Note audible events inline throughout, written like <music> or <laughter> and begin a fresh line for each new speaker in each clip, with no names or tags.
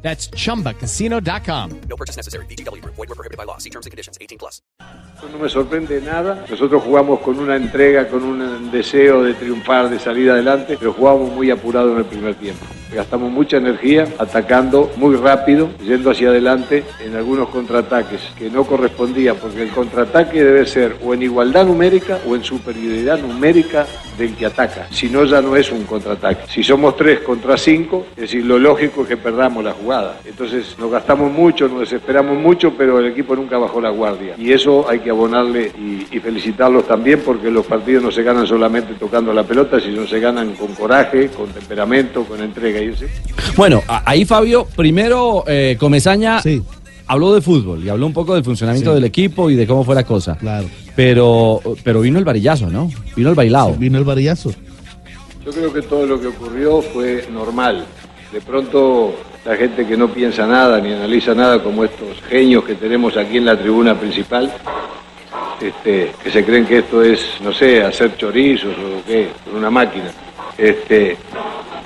That's chumbacasino.com.
No purchase necessary. BGW. Void were prohibited by law. See terms and conditions. 18 plus.
No me sorprende nada. Nosotros jugamos con una entrega, con un deseo de triunfar, de salir adelante, pero jugamos muy apurado en el primer tiempo. Gastamos mucha energía atacando muy rápido, yendo hacia adelante en algunos contraataques que no correspondía, porque el contraataque debe ser o en igualdad numérica o en superioridad numérica del que ataca. Si no, ya no es un contraataque. Si somos tres contra cinco, es decir, lo lógico es que perdamos la jugada. Entonces nos gastamos mucho, nos desesperamos mucho, pero el equipo nunca bajó la guardia. Y eso hay que abonarle y, y felicitarlos también porque los partidos no se ganan solamente tocando la pelota, sino se ganan con coraje, con temperamento, con entrega. Y ese-
Bueno, a- ahí Fabio, primero eh, Comezaña
Sí.
habló de fútbol y habló un poco del funcionamiento
Sí.
del equipo y de cómo fue la cosa.
Claro.
Pero, pero vino el varillazo, ¿no? Vino el bailado.
Vino el varillazo.
Yo creo que todo lo que ocurrió fue normal. De pronto la gente que no piensa nada ni analiza nada, como estos genios que tenemos aquí en la tribuna principal, este, que se creen que esto es, no sé, hacer chorizos o qué, con una máquina. Este,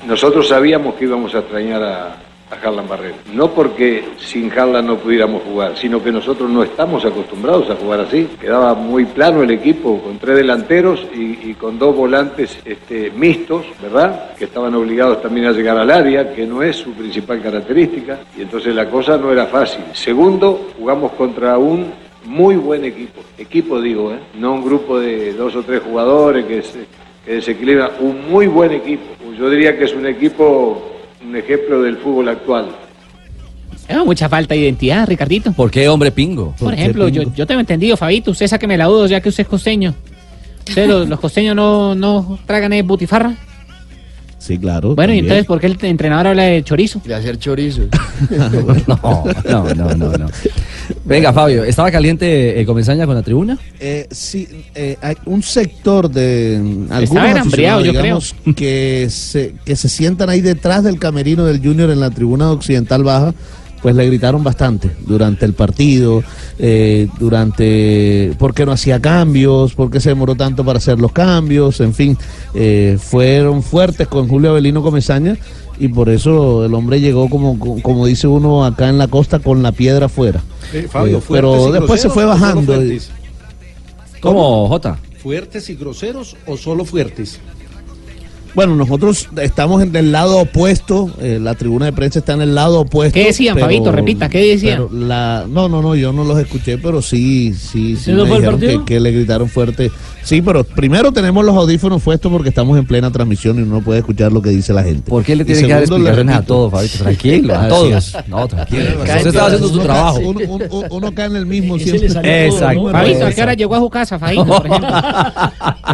nosotros sabíamos que íbamos a extrañar a, a Harlan Barrera. No porque sin Harlan no pudiéramos jugar, sino que nosotros no estamos acostumbrados a jugar así. Quedaba muy plano el equipo, con tres delanteros y, y con dos volantes este, mixtos, ¿verdad? Que estaban obligados también a llegar al área, que no es su principal característica. Y entonces la cosa no era fácil. Segundo, jugamos contra un muy buen equipo, equipo digo, ¿eh? no un grupo de dos o tres jugadores que, se- que desequilibra, un muy buen equipo. Yo diría que es un equipo, un ejemplo del fútbol actual.
Tengo Eh, mucha falta de identidad, Ricardito. Por,
¿Por qué, hombre pingo?
¿Por qué,
ejemplo, yo,
Pingo?
yo tengo entendido, Fabito, usted sáqueme la duda ya que usted es costeño. Usted, los, los costeños no, no tragan eh, butifarra.
Sí, claro.
Bueno, y
también.
entonces, pues, ¿por qué el entrenador habla de chorizo?
<laughs> No, no, no, no, no. Venga, Fabio, ¿estaba caliente eh, Comezaña con la tribuna?
Eh, sí, eh, hay un sector de mm, algunos
Estaban hambriados,
aficionados,
yo <laughs>
digamos, que se, que se sientan ahí detrás del camerino del Junior en la tribuna occidental baja, pues le gritaron bastante durante el partido, eh, durante por qué no hacía cambios, por qué se demoró tanto para hacer los cambios, en fin, eh, fueron fuertes con Julio Avelino Comesaña y por eso el hombre llegó como, como dice uno acá en la costa con la piedra afuera.
Eh, Fabio,
Eh,
fuertes
pero
y
después se
groseros
fue
o solo
bajando.
fuertes?
¿Cómo, Jota?
¿Fuertes y groseros o solo fuertes?
Bueno, nosotros estamos en el lado opuesto, eh, la tribuna de prensa está en el lado opuesto.
¿Qué decían, Fabito? Repita, ¿qué decían?
pero la- no, no, no, yo no los escuché, pero sí, sí, sí.
¿Ese no
me
fue el
dijeron
partido?
Que, que le gritaron fuerte. Sí, pero primero tenemos los audífonos puestos porque estamos en plena transmisión y uno puede escuchar lo que dice la gente.
¿Por qué le
Y
tiene que dar
segundo, le
explicaciones a
repito,
todos, Fabito?
<laughs>
Tranquilo, a todos. No, tranquilo. Usted estaba haciendo su
uno cae-
trabajo.
Uno, uno- uno cae en el mismo siempre.
Exacto.
Fabito, ¿a qué hora llegó a su casa,
<laughs>
Fabito? por ejemplo?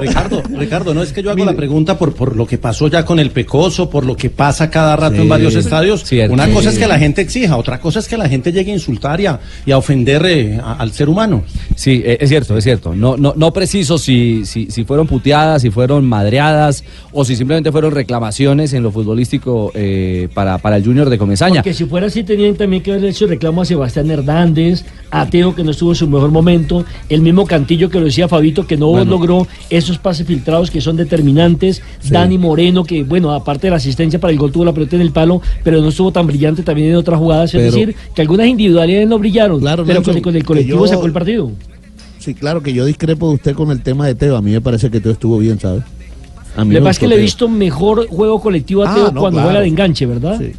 Ricardo, Ricardo, no es que yo hago la pregunta por, por lo que pasó ya con el Pecoso, por lo que pasa cada rato en varios estadios.
Cierto.
Una cosa es
Sí.
que la gente exija, otra cosa es que la gente llegue a insultar y a, y a ofender eh, a- al ser humano.
Sí, eh, es cierto, es cierto. No, no, no preciso si, si, si fueron puteadas, si fueron madreadas o si simplemente fueron reclamaciones en lo futbolístico eh, para, para el Junior de Comesaña.
Porque si fuera así, tenían también que haberle hecho reclamo a Sebastián Hernández, a Teo, que no estuvo en su mejor momento, el mismo Cantillo que lo decía Fabito, que no logró esos pases filtrados que son determinantes, Dani Moreno, que bueno, aparte de la asistencia para el gol, tuvo la pelota en el palo, pero no estuvo tan brillante también en otras jugadas,
Pero-
es decir, que algunas individualidades no brillaron,
Claro,
pero
Nelson,
con el, con el
que
colectivo
yo-
sacó el partido.
Sí, claro que yo discrepo de usted con el tema de Teo. A mí me parece que todo estuvo bien, ¿sabes? A mí me
Lo que pasa es
gustó
que le he
Teo.
visto mejor juego colectivo a
Ah,
Teo
no,
cuando
claro.
juega de enganche, ¿verdad?
Sí,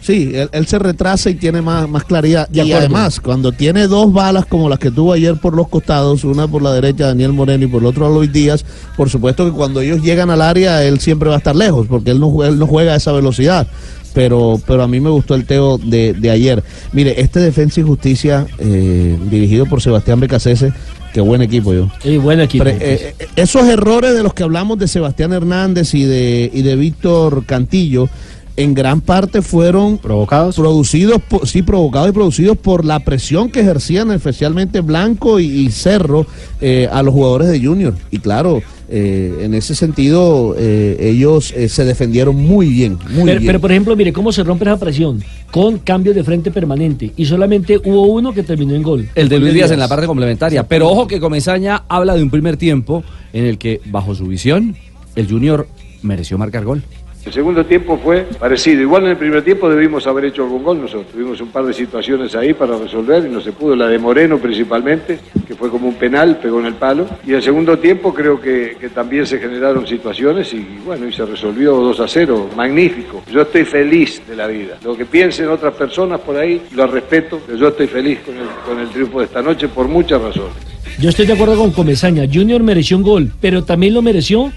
sí él, él se retrasa y tiene más, más claridad.
De
y
acuerdo.
además, cuando tiene dos balas como las que tuvo ayer por los costados, una por la derecha Daniel Moreno y por el otro Luis Díaz, por supuesto que cuando ellos llegan al área él siempre va a estar lejos porque él no juega, él no juega a esa velocidad. Pero, pero a mí me gustó el Teo de, de ayer. Mire, este Defensa y Justicia, eh, dirigido por Sebastián Becasese, qué buen equipo yo.
Eh, buen equipo.
Pre- eh, eh, esos errores de los que hablamos de Sebastián Hernández y de, y de Víctor Cantillo en gran parte fueron
¿Provocados?
producidos, po- sí, provocados y producidos por la presión que ejercían especialmente Blanco y, y Cerro eh, a los jugadores de Junior. Y claro, eh, en ese sentido, eh, ellos eh, se defendieron muy bien, muy
Pero,
bien.
pero, por ejemplo, mire cómo se rompe esa presión con cambios de frente permanente y solamente hubo uno que terminó en gol.
El de Luis Díaz en la parte complementaria. Pero ojo que Comesaña habla de un primer tiempo en el que, bajo su visión, el Junior mereció marcar gol.
El segundo tiempo fue parecido. Igual en el primer tiempo debimos haber hecho algún gol nosotros. Tuvimos un par de situaciones ahí para resolver y no se pudo. La de Moreno principalmente, que fue como un penal, pegó en el palo. Y en el segundo tiempo creo que, que también se generaron situaciones y, y bueno, y se resolvió 2 a 0. Magnífico. Yo estoy feliz de la vida. Lo que piensen otras personas por ahí, lo respeto, pero yo estoy feliz con el, con el triunfo de esta noche por muchas razones.
Yo estoy de acuerdo con Comesaña. Junior mereció un gol, pero también lo mereció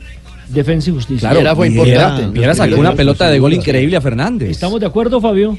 Defensa y Justicia.
Piera fue importante.
Piera-
Piera sacó una pelota de gol increíble a Fernández.
¿Estamos de acuerdo, Fabio?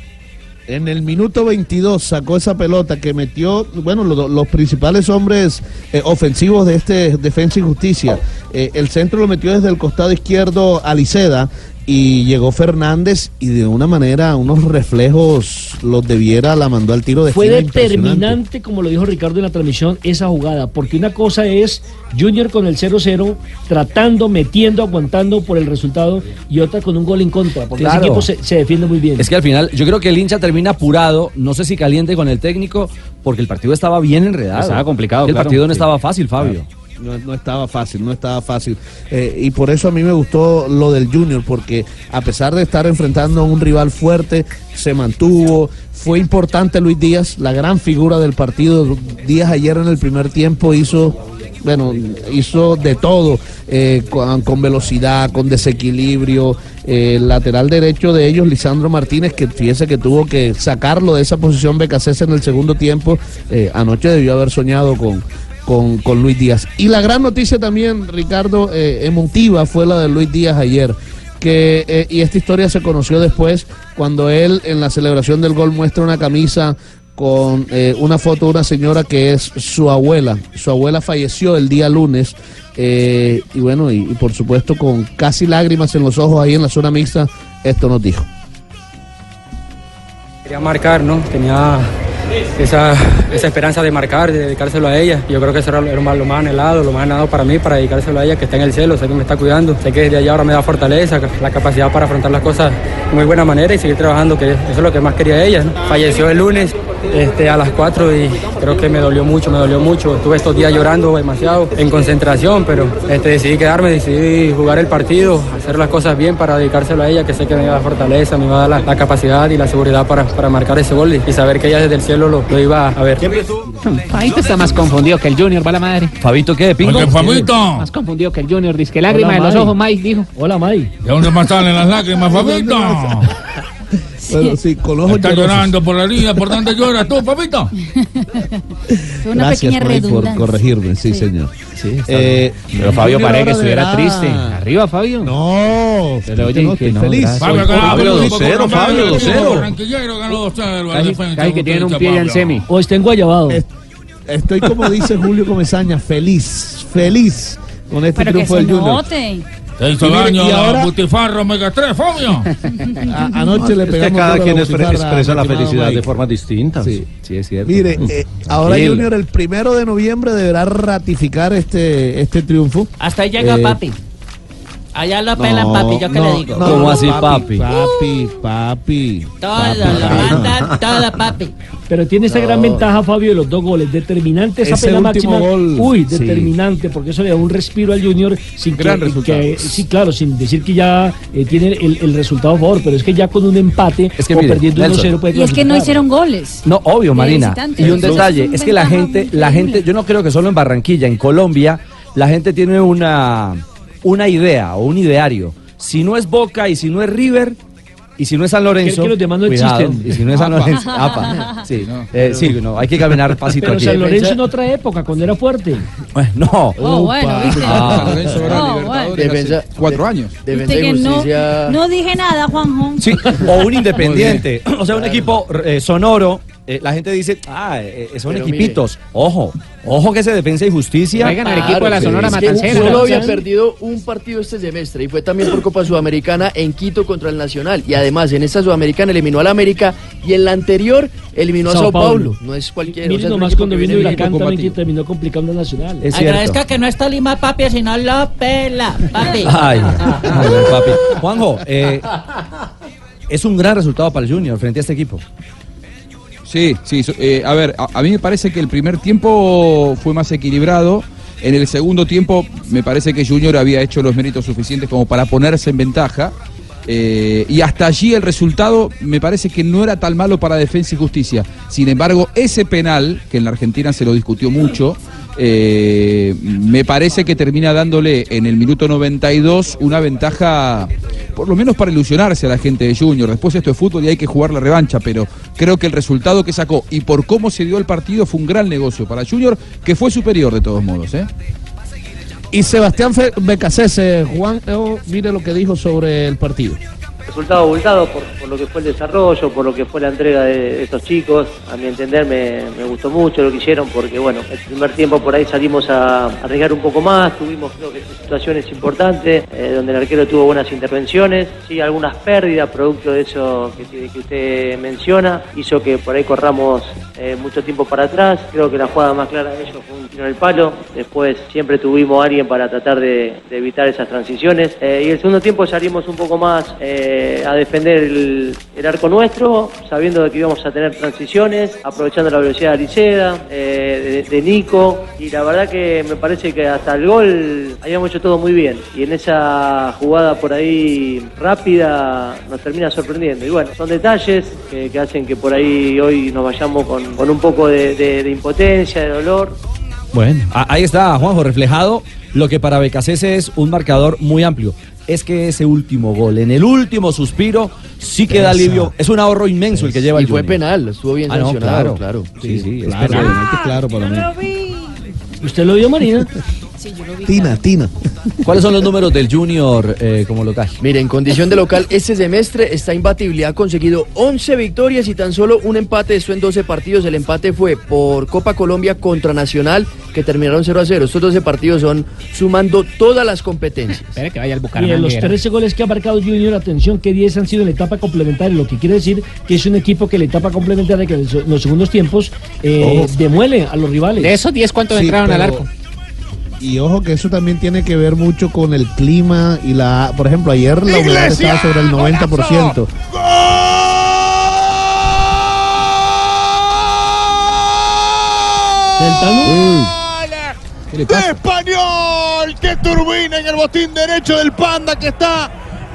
En el minuto 22 sacó esa pelota que metió, bueno, lo- los principales hombres eh, ofensivos de este Defensa y Justicia. Eh, el centro lo metió desde el costado izquierdo a Liceda y llegó Fernández y de una manera, unos reflejos los debiera, la mandó al tiro de
Fue
esquina impresionante.
determinante, como lo dijo Ricardo en la transmisión, esa jugada. Porque una cosa es Junior con el 0-0, tratando, metiendo, aguantando por el resultado, y otra con un gol en contra. Porque
Claro.
ese equipo se, se defiende muy bien.
Es que al final, yo creo que el hincha termina apurado, no sé si caliente con el técnico, porque el partido estaba bien enredado.
Estaba complicado,
El
claro.
partido no
Sí.
estaba fácil, Fabio.
No, no estaba fácil, no estaba fácil. Eh, y por eso a mí me gustó lo del Junior, porque a pesar de estar enfrentando a un rival fuerte, se mantuvo. Fue importante Luis Díaz, la gran figura del partido. Díaz ayer en el primer tiempo hizo, bueno, hizo de todo, eh, con, con velocidad, con desequilibrio. Eh, el lateral derecho de ellos, Lisandro Martínez, que fíjese que tuvo que sacarlo de esa posición Becasés en el segundo tiempo. Eh, anoche debió haber soñado con con, con Luis Díaz. Y la gran noticia también, Ricardo, eh, emotiva fue la de Luis Díaz ayer. Que, eh, y esta historia se conoció después cuando él en la celebración del gol muestra una camisa con eh, una foto de una señora que es su abuela. Su abuela falleció el día lunes eh, y bueno, y, y por supuesto con casi lágrimas en los ojos ahí en la zona mixta, esto nos dijo.
Quería marcar, ¿no? Tenía esa, esa esperanza de marcar, de dedicárselo a ella. Yo creo que eso era lo, era lo más anhelado, lo más anhelado para mí, para dedicárselo a ella, que está en el cielo, sé que me está cuidando. Sé que desde allá ahora me da fortaleza, la capacidad para afrontar las cosas de muy buena manera y seguir trabajando, que eso es lo que más quería ella, ¿no? Falleció el lunes este, a las 4 y creo que me dolió mucho, me dolió mucho. Estuve estos días llorando demasiado, en concentración, pero este, decidí quedarme, decidí jugar el partido, hacer las cosas bien para dedicárselo a ella, que sé que me va a dar fortaleza, me va a dar la, la capacidad y la seguridad para, para marcar ese gol y, y saber que ella desde el cielo lo, lo iba a ver.
Fabito está más confundido que el Junior, va la madre.
Fabito, ¿qué? ¿Pingo?
Más confundido que el Junior. Dice que
Hola,
lágrima de los
May.
ojos, Mike dijo.
Hola, May.
¿De dónde pasaron las
<laughs>
lágrimas, Fabito?
Bueno, sí, con los
Estás
ojos llorosos.
llorando por la vida, ¿por dónde lloras tú, Fabito?
Fue una
Gracias
pequeña
May, por
redundancia.
corregirme, sí, señor. Eh,
Pero Fabio
Junior
parece que
ahora
estuviera
verá-
triste. Arriba, Fabio.
No,
Se le oye
no,
que
estoy
no,
feliz.
gracias.
Fabio, ganó
Fabio,
por un
2-0,
poco,
Fabio,
el equipo
2-0.
Barranquillero ganó 2-0 al
Casi,
defensa,
casi que tiene un
Justicia,
pie ya en
Pablo.
semi.
O está en Guayabado.
Es- Estoy como dice Julio Comesaña, feliz, feliz con este
Pero que
triunfo
se
del Junior.
note.
Te hizo
Y mire,
daño
y ahora-
Butifarro Omega 3, Fabio.
A- anoche le
Es que
pegamos
cada
duro a
quien
la
expre-
butifarra,
expresa la
mi estimado
felicidad de
Mike.
formas distintas.
Sí.
Sí, es cierto.
Mire, eh, ahora
Tranquilo.
Junior el primero de noviembre deberá ratificar este, este triunfo.
Hasta ahí
llega Eh, papi.
Allá lo
No, no, no,
¿Cómo
no,
así,
Papi,
papi?
papi. papi, papi.
mandan, todo, papi.
Pero tiene esa gran ventaja, Fabio, de los dos goles. Determinante esa
Ese
pena
último
máxima.
gol.
Uy,
Sí.
determinante, porque eso le da un respiro al Junior sin
Gran
que,
resultado.
que- Sí, claro, sin decir que ya eh, tiene el, el resultado a favor, pero es que ya con un empate
Es que
o
mire,
perdiendo
Nelson.
1-0 puede
Y es que no
clasificar.
hicieron goles.
No, obvio,
De
Marina.
visitante,
Y un
eso es
detalle,
un
es que la
ventaja
gente, la
increíble.
gente, yo no creo que solo en Barranquilla, en Colombia, la gente tiene una, una idea o un ideario. Si no es Boca y si no es River y si no es San Lorenzo,
que los demás no
cuidado,
existen.
y si no
<laughs>
es San Lorenzo, apa, sí, eh, sí, no, hay que caminar pasito
Pero
aquí.
San Lorenzo en otra época, cuando era fuerte.
Bueno, <laughs> no,
Oh, bueno, viste.
Ah.
Oh, bueno.
Defensa, cuatro años.
Viste que no, no dije nada, Juanjo.
<clears throat> sí, o un independiente, o sea, un equipo eh, sonoro eh, la gente dice, ah, eh, eh, son
Pero
equipitos. Ojo, ojo que se defensa y justicia.
Claro, es que Solo había perdido un partido este semestre y fue también por Copa Sudamericana en Quito contra el Nacional. Y además, en esta Sudamericana eliminó al América y en la anterior eliminó a
Sao
Sao Paulo.
Paulo.
No es cualquier. o sea, es
Miren
un
nomás
equipo
cuando
que
vino
viene
Huracán
bien.
también que terminó complicando a Nacional.
Agradezca que no es Tolima, papi, sino lo pela, papi.
<laughs> Ay, ay, papi. Juanjo, eh, es un gran resultado para el Junior frente a este equipo.
Sí, sí. so- eh, a ver, a, a mí me parece que el primer tiempo fue más equilibrado. En el segundo tiempo me parece que Junior había hecho los méritos suficientes como para ponerse en ventaja. Eh, y hasta allí el resultado me parece que no era tan malo para Defensa y Justicia. Sin embargo, ese penal, que en la Argentina se lo discutió mucho, eh, me parece que termina dándole en el minuto 92 una ventaja, por lo menos para ilusionarse a la gente de Junior. Después esto es fútbol y hay que jugar la revancha, pero creo que el resultado que sacó y por cómo se dio el partido fue un gran negocio para Junior, que fue superior de todos modos. ¿eh?
Y Sebastián Fe- Becasese, Juan, oh, mire lo que dijo sobre el partido.
resultado abultado por, por lo que fue el desarrollo, por lo que fue la entrega de, de estos chicos. A mi entender me, me gustó mucho lo que hicieron porque, bueno, el primer tiempo por ahí salimos a arriesgar un poco más, tuvimos creo que situaciones importantes eh, donde el arquero tuvo buenas intervenciones, sí, algunas pérdidas producto de eso que, tiene- que usted menciona, hizo que por ahí corramos eh, mucho tiempo para atrás. Creo que la jugada más clara de ellos fue un tiro en el palo. Después siempre tuvimos a alguien para tratar de, de evitar esas transiciones. Eh, y el segundo tiempo salimos un poco más eh, a defender el, el arco nuestro, sabiendo de que íbamos a tener transiciones, aprovechando la velocidad de Aliceda, eh, de, de Nico. Y la verdad que me parece que hasta el gol habíamos hecho todo muy bien. Y en esa jugada por ahí rápida nos termina sorprendiendo. Y bueno, son detalles que, que hacen que por ahí hoy nos vayamos con, con un poco de- de- de impotencia, de dolor.
Bueno, a- ahí está, Juanjo, reflejado lo que para Becasese es un marcador muy amplio. Es que ese último gol, en el último suspiro, sí que da
Pesa.
alivio. Es un ahorro inmenso el que lleva
y
el
fue
Junior.
penal, estuvo bien
Ah, no,
sancionado,
claro.
claro.
Sí, sí, es
claro.
penal.
Claro, para mí.
¿Usted lo vio, Marina?
<laughs> Sí, yo lo vi.
Tina, Tina.
¿Cuáles son los números del Junior eh, como local?
Mire, en condición de local, este semestre esta imbatibilidad ha conseguido 11 victorias y tan solo un empate, esto en 12 partidos. El empate fue por Copa Colombia contra Nacional, que terminaron 0 a 0. Estos 12 partidos son sumando todas las competencias. Espera que vaya al
Y de los 13 goles que ha marcado Junior, atención, que 10 han sido en la etapa complementaria, lo que quiere decir que es un equipo que en la etapa complementaria, que en los- en los segundos tiempos, eh,
Oh.
Ojo.
demuele a los rivales.
De esos 10, ¿cuántos
Sí,
entraron al
pero-
arco?
Y ojo que eso también tiene que ver mucho con el clima y la... Por ejemplo, ayer la humedad
¡Iglesia!
estaba sobre el 90%.
Español que turbina en el botín derecho del Panda que está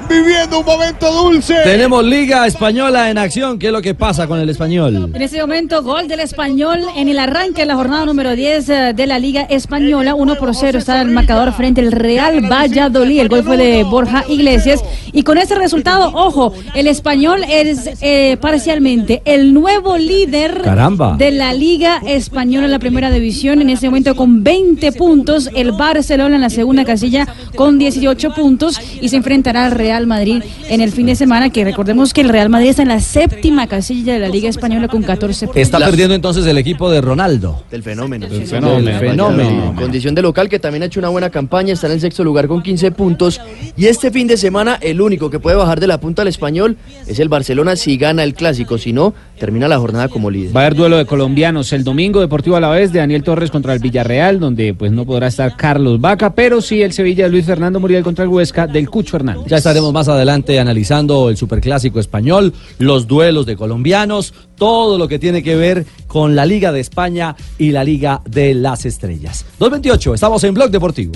viviendo un momento dulce.
Tenemos Liga Española en acción. ¿Qué es lo que pasa con el español?
En este momento, gol del español en el arranque de la jornada número 10 eh, de la Liga Española. 1 por 0 está el marcador frente al Real Valladolid. El gol fue de Borja Iglesias. Y con este resultado, ojo, el español es eh, parcialmente el nuevo líder
Caramba.
de la Liga Española en la primera división. En este momento con 20 puntos. El Barcelona en la segunda casilla con 18 puntos. Y se enfrentará al Real Madrid en el fin de semana. Que recordemos que el Real Madrid está en la séptima casilla de la Liga Española con 14 puntos.
Está perdiendo entonces el equipo de Ronaldo.
Del fenómeno.
Del fenómeno.
Del En condición de local, que también ha hecho una buena campaña, está en el sexto lugar con 15 puntos. Y este fin de semana, el único que puede bajar de la punta al español es el Barcelona si gana el clásico. Si no, termina la jornada como líder.
Va a haber duelo de colombianos el domingo, Deportivo Alavés de Daniel Torres contra el Villarreal, donde pues no podrá estar Carlos Vaca, pero sí el Sevilla de Luis Fernando Muriel contra el Huesca del Cucho Hernández.
Ya estaremos más adelante analizando el superclásico español, los duelos de colombianos, todo lo que tiene que ver con la Liga de España y la Liga de las Estrellas. 228, estamos en Blog Deportivo.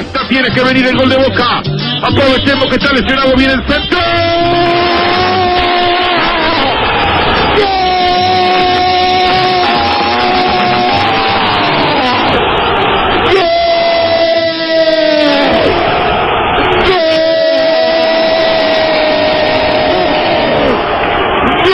Esta tiene que venir el gol de Boca. Aprovechemos que está lesionado bien el centro. ¡Gol! ¡Gol!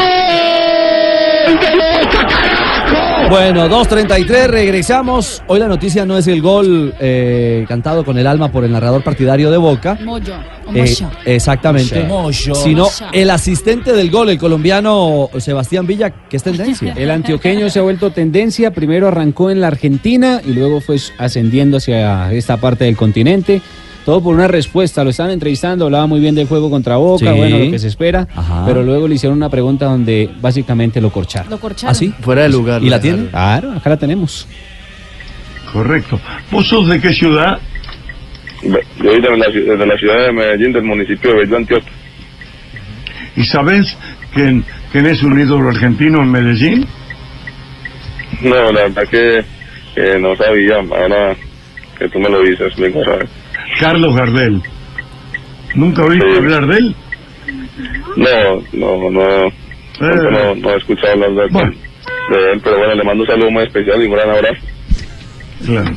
¡Gol! ¡Gol de Boca, carajo!
Bueno, 2.33, regresamos. Hoy la noticia no es el gol eh, cantado con el alma por el narrador partidario de Boca.
Moyo.
Eh, exactamente.
Moyo.
Sino
Moyo.
el asistente del gol, el colombiano Sebastián Villa, que es tendencia.
El antioqueño se ha vuelto tendencia, primero arrancó en la Argentina y luego fue ascendiendo hacia esta parte del continente. Todo por una respuesta, lo estaban entrevistando, hablaba muy bien del juego contra Boca,
Sí.
bueno, lo que se espera, pero luego le hicieron una pregunta donde básicamente lo corcharon.
Lo
¿Ah,
corcharon.
Fuera
de lugar.
¿Y la tiene? Claro, acá la tenemos.
Correcto. ¿Vos sos de qué ciudad?
Yo soy de la, ci- de la ciudad de Medellín, del municipio de Bello Antioquia.
¿Y sabés quién, quién es un ídolo argentino en Medellín?
No, la verdad que que no sabía, ahora que tú me lo dices, vengo a saber.
Carlos Gardel. ¿Nunca oíste hablar de él?
No, no, no, no, no, no he escuchado hablar de, de él, pero bueno, le mando un saludo muy especial y un gran abrazo.
Claro.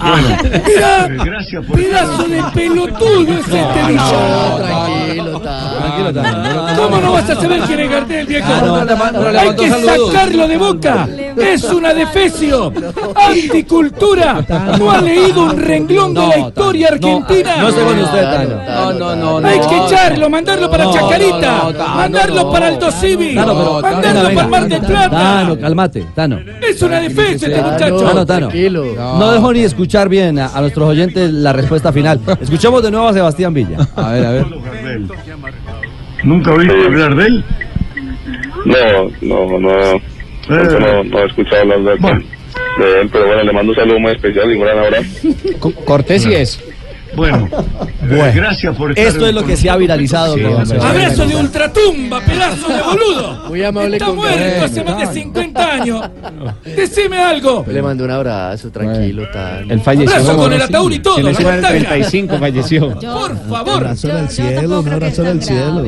Ah.
<laughs> Mira, gracias por pedazo de pelotudo es este Villa.
tranquilo,
tranquilo, ¿Cómo Ah, no Ah, vas a saber quién es Gardel, viejo? Hay que
saludos.
sacarlo de boca. Es una defecio. Anticultura. No ha leído un renglón de la historia argentina.
No estoy con usted, Tano.
No, no, no, Hay que echarlo, mandarlo para Chacarita, mandarlo para Alto Civi,
pero-
mandarlo
Venga,
para el Mar del Plata.
Tano, calmate, Tano.
Es una defensa este muchacho.
Tano, Tano. No dejó ni escuchar bien a, a nuestros oyentes la respuesta final. Escuchemos de nuevo a Sebastián Villa. A ver, a ver.
¿Nunca oíste hablar de él?
No, no, no, no, no, no he escuchado hablar de, de él, pero bueno, le mando un saludo muy especial y un gran abrazo.
Cortés y es.
Bueno,
Bueno.
gracias por estar
Esto es lo que se ha viralizado.
Sí,
con-
gracias.
Abrazo de ultratumba, pedazo de boludo.
Muy amable
Está
con
muerto
Gardel.
hace más de 50 años. Decime algo.
Le mandé un abrazo, tranquilo, Tano.
Él falleció.
Abrazo
como-
con el ataúd y todo,
Se le hicieron el
la pantalla.
35, falleció.
Por favor.
abrazo del cielo, un abrazo del cielo.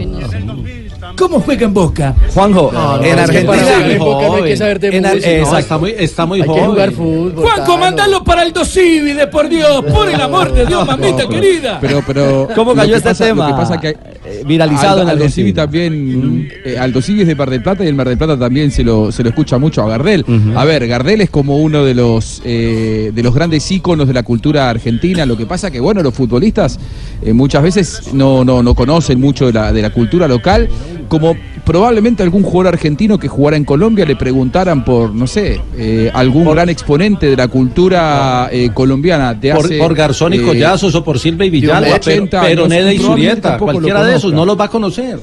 ¿Cómo juega en Boca?
Juanjo,
en Argentina
en Boca no hay que saber de fútbol, sino-
está muy, está muy
Hay que
joven.
jugar fútbol.
Juanco, mándalo para el Dosíbide, por Dios, por el amor de Dios, mamita querida.
Pero, pero.
<laughs> ¿Cómo
lo
cayó
que
este
pasa-
tema?
Lo que pasa que.
Eh, viralizado en
Aldo Civi
Argentina.
también. eh, Aldo Civi es de Mar del Plata y el Mar del Plata también se lo, se lo escucha mucho a Gardel. A ver, Gardel es como uno de los, eh, de los grandes íconos de la cultura argentina. Lo que pasa que, bueno, los futbolistas eh, muchas veces no, no, no conocen mucho de la, de la cultura local. Como probablemente algún jugador argentino que jugara en Colombia le preguntaran por, no sé, eh, algún gran exponente de la cultura eh, colombiana de
por,
hace,
por Garzón y
eh,
Collazos o por Silva y Villalba,
80
pero
años,
Neda y
probablemente
Surieta,
tampoco lo
cualquiera de esos
conozca.
no los va a conocer.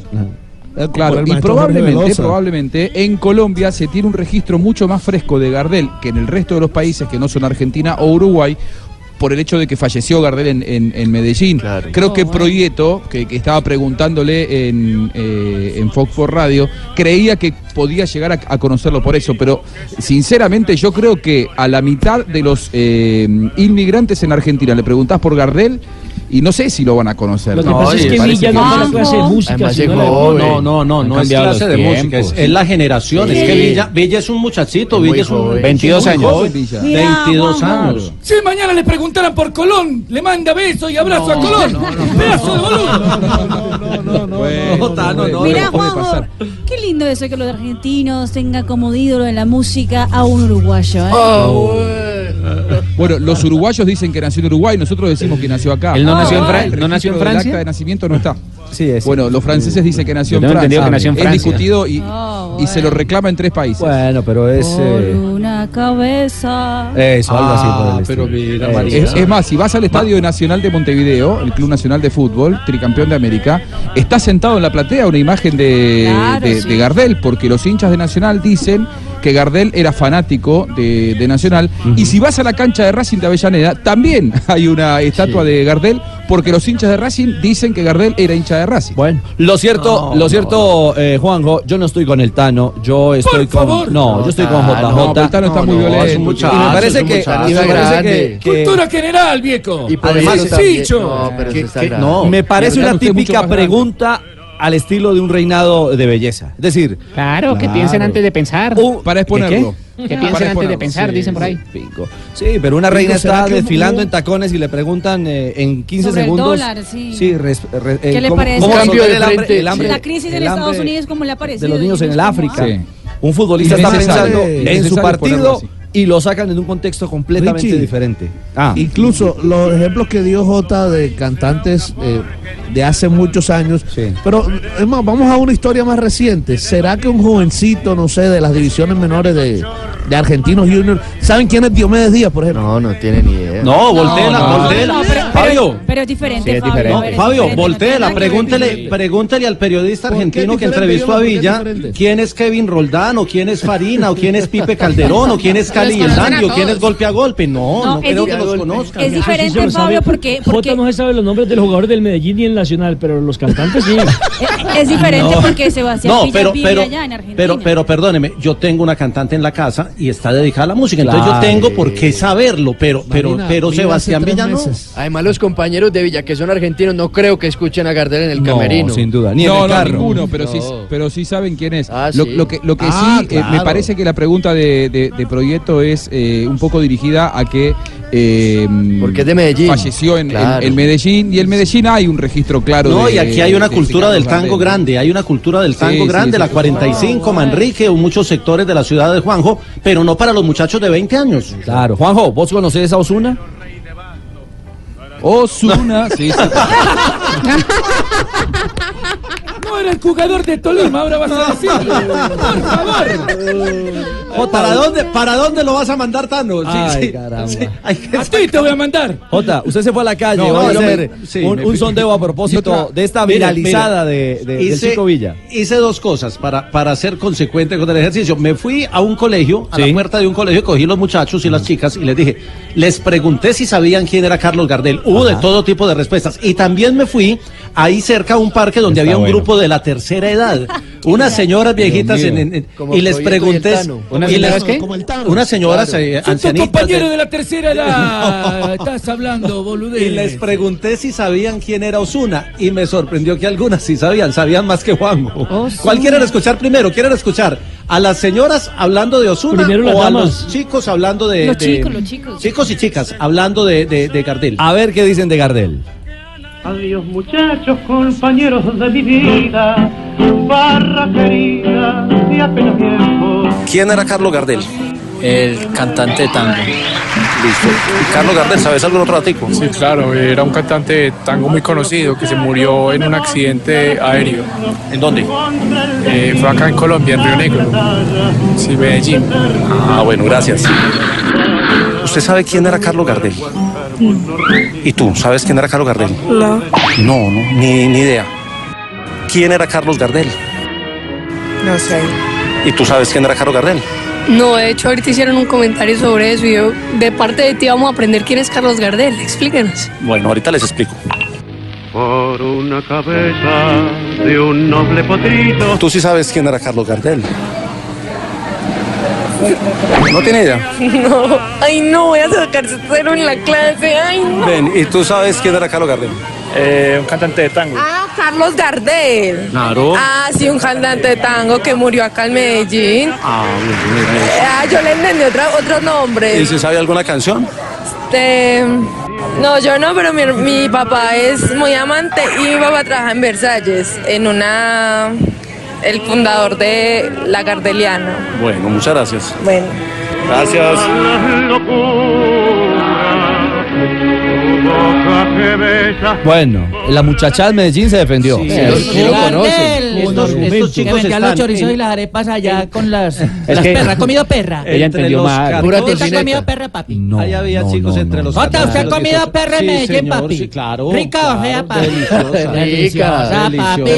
Eh, Claro, y probablemente, probablemente en Colombia se tiene un registro mucho más fresco de Gardel que en el resto de los países que no son Argentina o Uruguay por el hecho de que falleció Gardel en, en- en Medellín. Creo que Proieto, que, que estaba preguntándole en, eh, en Fox 4 Radio, creía que podía llegar a, a conocerlo por eso, pero sinceramente yo creo que a la mitad de los eh, inmigrantes en Argentina le preguntás por Gardel y no sé si lo van a conocer.
Lo que pasa es que Villa no es la clase de música,
Además
sino la de-
llegó, no, no, no,
Han
no es
cambiado
clase
los
de música, es,
tiempos.
es la generación.
Sí.
Es que Villa, Villa es un muchachito, Villa es un.
22
muy
años.
joven, 22 años.
Si mañana le preguntaran por Colón, le manda besos y abrazo a Colón. Pedazo de boludo.
Mira, Juanjo, qué lindo eso que los argentinos tengan como de ídolo en la música a un uruguayo. ¿eh?
Ah,
Bueno, los uruguayos dicen que nació en Uruguay, nosotros decimos que nació acá. Ah,
¿Él no nació en Fran-
El registro
no nació en
del
Francia?
acta de nacimiento no está. Bueno, los franceses dicen que nació
Yo
en
tengo
Francia.
entendido que nació en
Es
Francia.
discutido y, y se lo reclama en tres países. Bueno, pero es...
eh,
Una cabeza.
Eso,
algo así por el
Ah,
Eh,
pero mira,
Eso.
María. Eh, es, es más, si vas al Estadio Nacional de Montevideo, el Club Nacional de Fútbol, tricampeón de América, está sentado en la platea una imagen de,
Claro,
de-
sí.
de Gardel, porque los hinchas de Nacional dicen que Gardel era fanático de, de Nacional. Y si vas a la cancha de Racing de Avellaneda, también <laughs> hay una estatua de Gardel, porque los hinchas de Racing dicen que Gardel era hincha de Racing.
Bueno, Lo cierto, lo cierto, eh, Juanjo, yo no estoy con el Tano, yo estoy con. Ah, No, pues, yo estoy con JJ.
No, pero el Tano está muy violento.
es un muchacho,
Y
me parece que. y me parece que- que-
Cultura general, viejo.
Y por además-
Bien dicho.
No,
pero eso está grave.
no, me
Y
parece
el
una
Tano, usted es mucho
típica
más grande.
pregunta al estilo de un reinado de belleza. Es decir.
Claro, que piensen antes de pensar.
para exponerlo.
Que piensen antes de pensar, dicen por ahí.
Sí, pero una
Digo,
reina
¿será
está
que hubo-
desfilando en tacones y le preguntan eh, en 15
Sobre el
segundos.
dólar, sí.
res- re- eh,
¿Qué le
¿cómo-
parece?
cómo
Cambio
resolver
de
el hambre-
frente,
el hambre-
La crisis en
el
Estados
hambre
Unidos, ¿cómo le ha parecido?
de los niños en el África.
Sí.
Un futbolista está
Innecesario,
pensando en
innecesario
su
ponerlo
partido
así.
y lo sacan en un contexto completamente
Richie.
diferente.
Ah.
Incluso los ejemplos que dio J de cantantes eh, de hace muchos años. Pero es más, vamos a una historia más reciente. ¿Será que un jovencito, no sé, de las divisiones menores de, de Argentinos Junior, ¿saben quién es Diomedes Díaz, por ejemplo? No, no tiene ni idea.
No, voltea la-
no.
voltea la-
No,
pero,
Fabio.
pero, pero es diferente.
Sí, es
Fabio,
diferente.
a ver, es
Fabio,
diferente, no
voltela,
tiene nada que ver.
pregúntele, pregúntele al periodista argentino que
diferente,
entrevistó a
Diego? ¿Por qué
Villa quién es Kevin Roldán, o quién es Farina, o quién es Pipe Calderón,
<laughs>
o quién es Cali
Los conocen a
Hernández, o quién
todos.
es Golpe a Golpe. No, no,
es
creo
di-
que los conozcan.
Eso sí se lo sabe. Jota no se sabe los nombres de los jugadores del Medellín y el Nacional, pero los cantantes
<laughs>
sí.
Es diferente
No.
porque Sebastián
No,
Villa
pero,
vive
pero,
allá en Argentina.
pero, pero perdóneme, yo tengo una cantante en la casa y está dedicada a la música, entonces
Claro.
yo tengo por qué saberlo, pero, pero, pero Sebastián Villa no.
Además, los compañeros de Villa, que son argentinos, no creo que escuchen a Gardel en el camerino.
no, no, ninguno, pero, Sí, pero sí saben quién es.
Ah,
lo,
sí.
lo que, lo que
Ah,
sí, eh, me
claro.
parece que la pregunta de, de, de Proyecto es eh, un poco dirigida a que. eh, Falleció en, en-
Claro.
en Medellín y en Medellín hay un registro claro.
No,
de-
y aquí hay una
de- de
cultura
Carlos
del tango
Gardel.
grande, hay una cultura del
Sí,
tango
sí,
grande,
sí,
la
sí.
Ah.
45, Manrique, o muchos sectores de la ciudad de Juanjo, pero no para los muchachos de 20 años.
Claro, Juanjo, ¿vos conocés a Osuna?
Osuna, sí, sí.
No era el jugador de Tolima, ahora vas a decir. Por favor.
¿Para dónde, <laughs> ¿Para dónde lo vas a mandar, Tano? Sí,
Ay,
sí,
caramba.
sí.
A ti te voy a mandar.
Jota, usted se fue a la calle,
No,
va a
yo me-
hacer
sí,
un,
me-
un sondeo a propósito
Y otra-
de esta
Mire,
viralizada
mire,
de, de- del
hice-
Chico Villa.
Hice dos cosas para, para ser consecuente con el ejercicio. Me fui a un colegio, a la puerta de un colegio, cogí los muchachos y las chicas y les dije, les pregunté si sabían quién era Carlos Gardel. Hubo de todo tipo de respuestas. Y también me fui ahí cerca a un parque donde había un
bueno.
grupo de la tercera edad.
<laughs>
Unas señoras viejitas
mío.
en- en- en-
Como
y les
Proyecto y el
pregunté.
Tano. ¿Unas
y les-
señoras qué?
Como el Tano.
Unas señoras
Claro.
eh,
Son tus
ancianitas. de-
compañeros de la tercera
<laughs>
edad. Estás hablando, boludez.
y les pregunté si sabían quién era Osuna y me sorprendió que algunas sí sabían, sabían más que Juanjo. ¿Cuál quieren escuchar primero? ¿Quieren escuchar a las señoras hablando de Osuna
Primero las
o a
damas.
los chicos hablando de,
Los
de-
chicos, los chicos.
y chicas hablando de, de, de Gardel?
A ver qué dicen de Gardel.
Adiós muchachos, compañeros de mi vida, barra querida, de apenas tiempo.
¿Quién era Carlos Gardel? El cantante tango. Listo. Carlos Gardel, ¿sabes algo otro ratico? Sí, claro, era un cantante de tango muy conocido que se murió en un accidente aéreo. ¿En dónde? fue acá en Colombia, en Río Negro. Sí, Medellín. Ah, bueno, gracias.
¿Usted sabe quién era Carlos Gardel? ¿Y tú sabes quién era Carlos Gardel?
No.
No, no, ni, ni idea. ¿Quién era Carlos Gardel?
No sé.
¿Y tú sabes quién era Carlos Gardel?
No, de hecho ahorita hicieron un comentario sobre eso y yo, de parte de ti vamos a aprender quién es Carlos Gardel, explíquenos.
Bueno, ahorita les explico.
Por una cabeza de un noble potrillo.
Tú sí sabes quién era Carlos Gardel. No tiene idea.
<laughs> No, ay no, voy a sacar cero en la clase, ay no.
Ven, ¿y tú sabes quién era Carlos Gardel? Eh, un cantante de tango.
Ah, Carlos Gardel.
Claro.
Ah, sí, un cantante de tango que murió acá en Medellín.
Ah,
Ah, yo le entendí otra, otro nombre.
¿Y se sabe alguna canción?
Este, no, yo no, pero mi, mi papá es muy amante y mi papá trabaja en Versalles, en una... el fundador de La Gardeliana.
Bueno, muchas gracias.
Bueno.
Gracias.
Bueno, la muchacha de Medellín se defendió.
Sí,
Eh,
sí, lo conocen.
Estos- estos
Que
chicos
vendían
están
los chorizos
en-
y las arepas allá con las, las
que-
perras. ¿Ha comido perra?
Ella Entre entendió los mal.
¿Usted
cartones-
ha comido perra, papi?
Ahí había chicos entre los
Jota, ¿usted ha
catorce y
comido
los
perra en
dieciocho. Sí,
Medellín,
señor,
papi?
sí, claro.
¿Rica o fea, papi? <laughs> Deliciosa, papi.
deliciosa.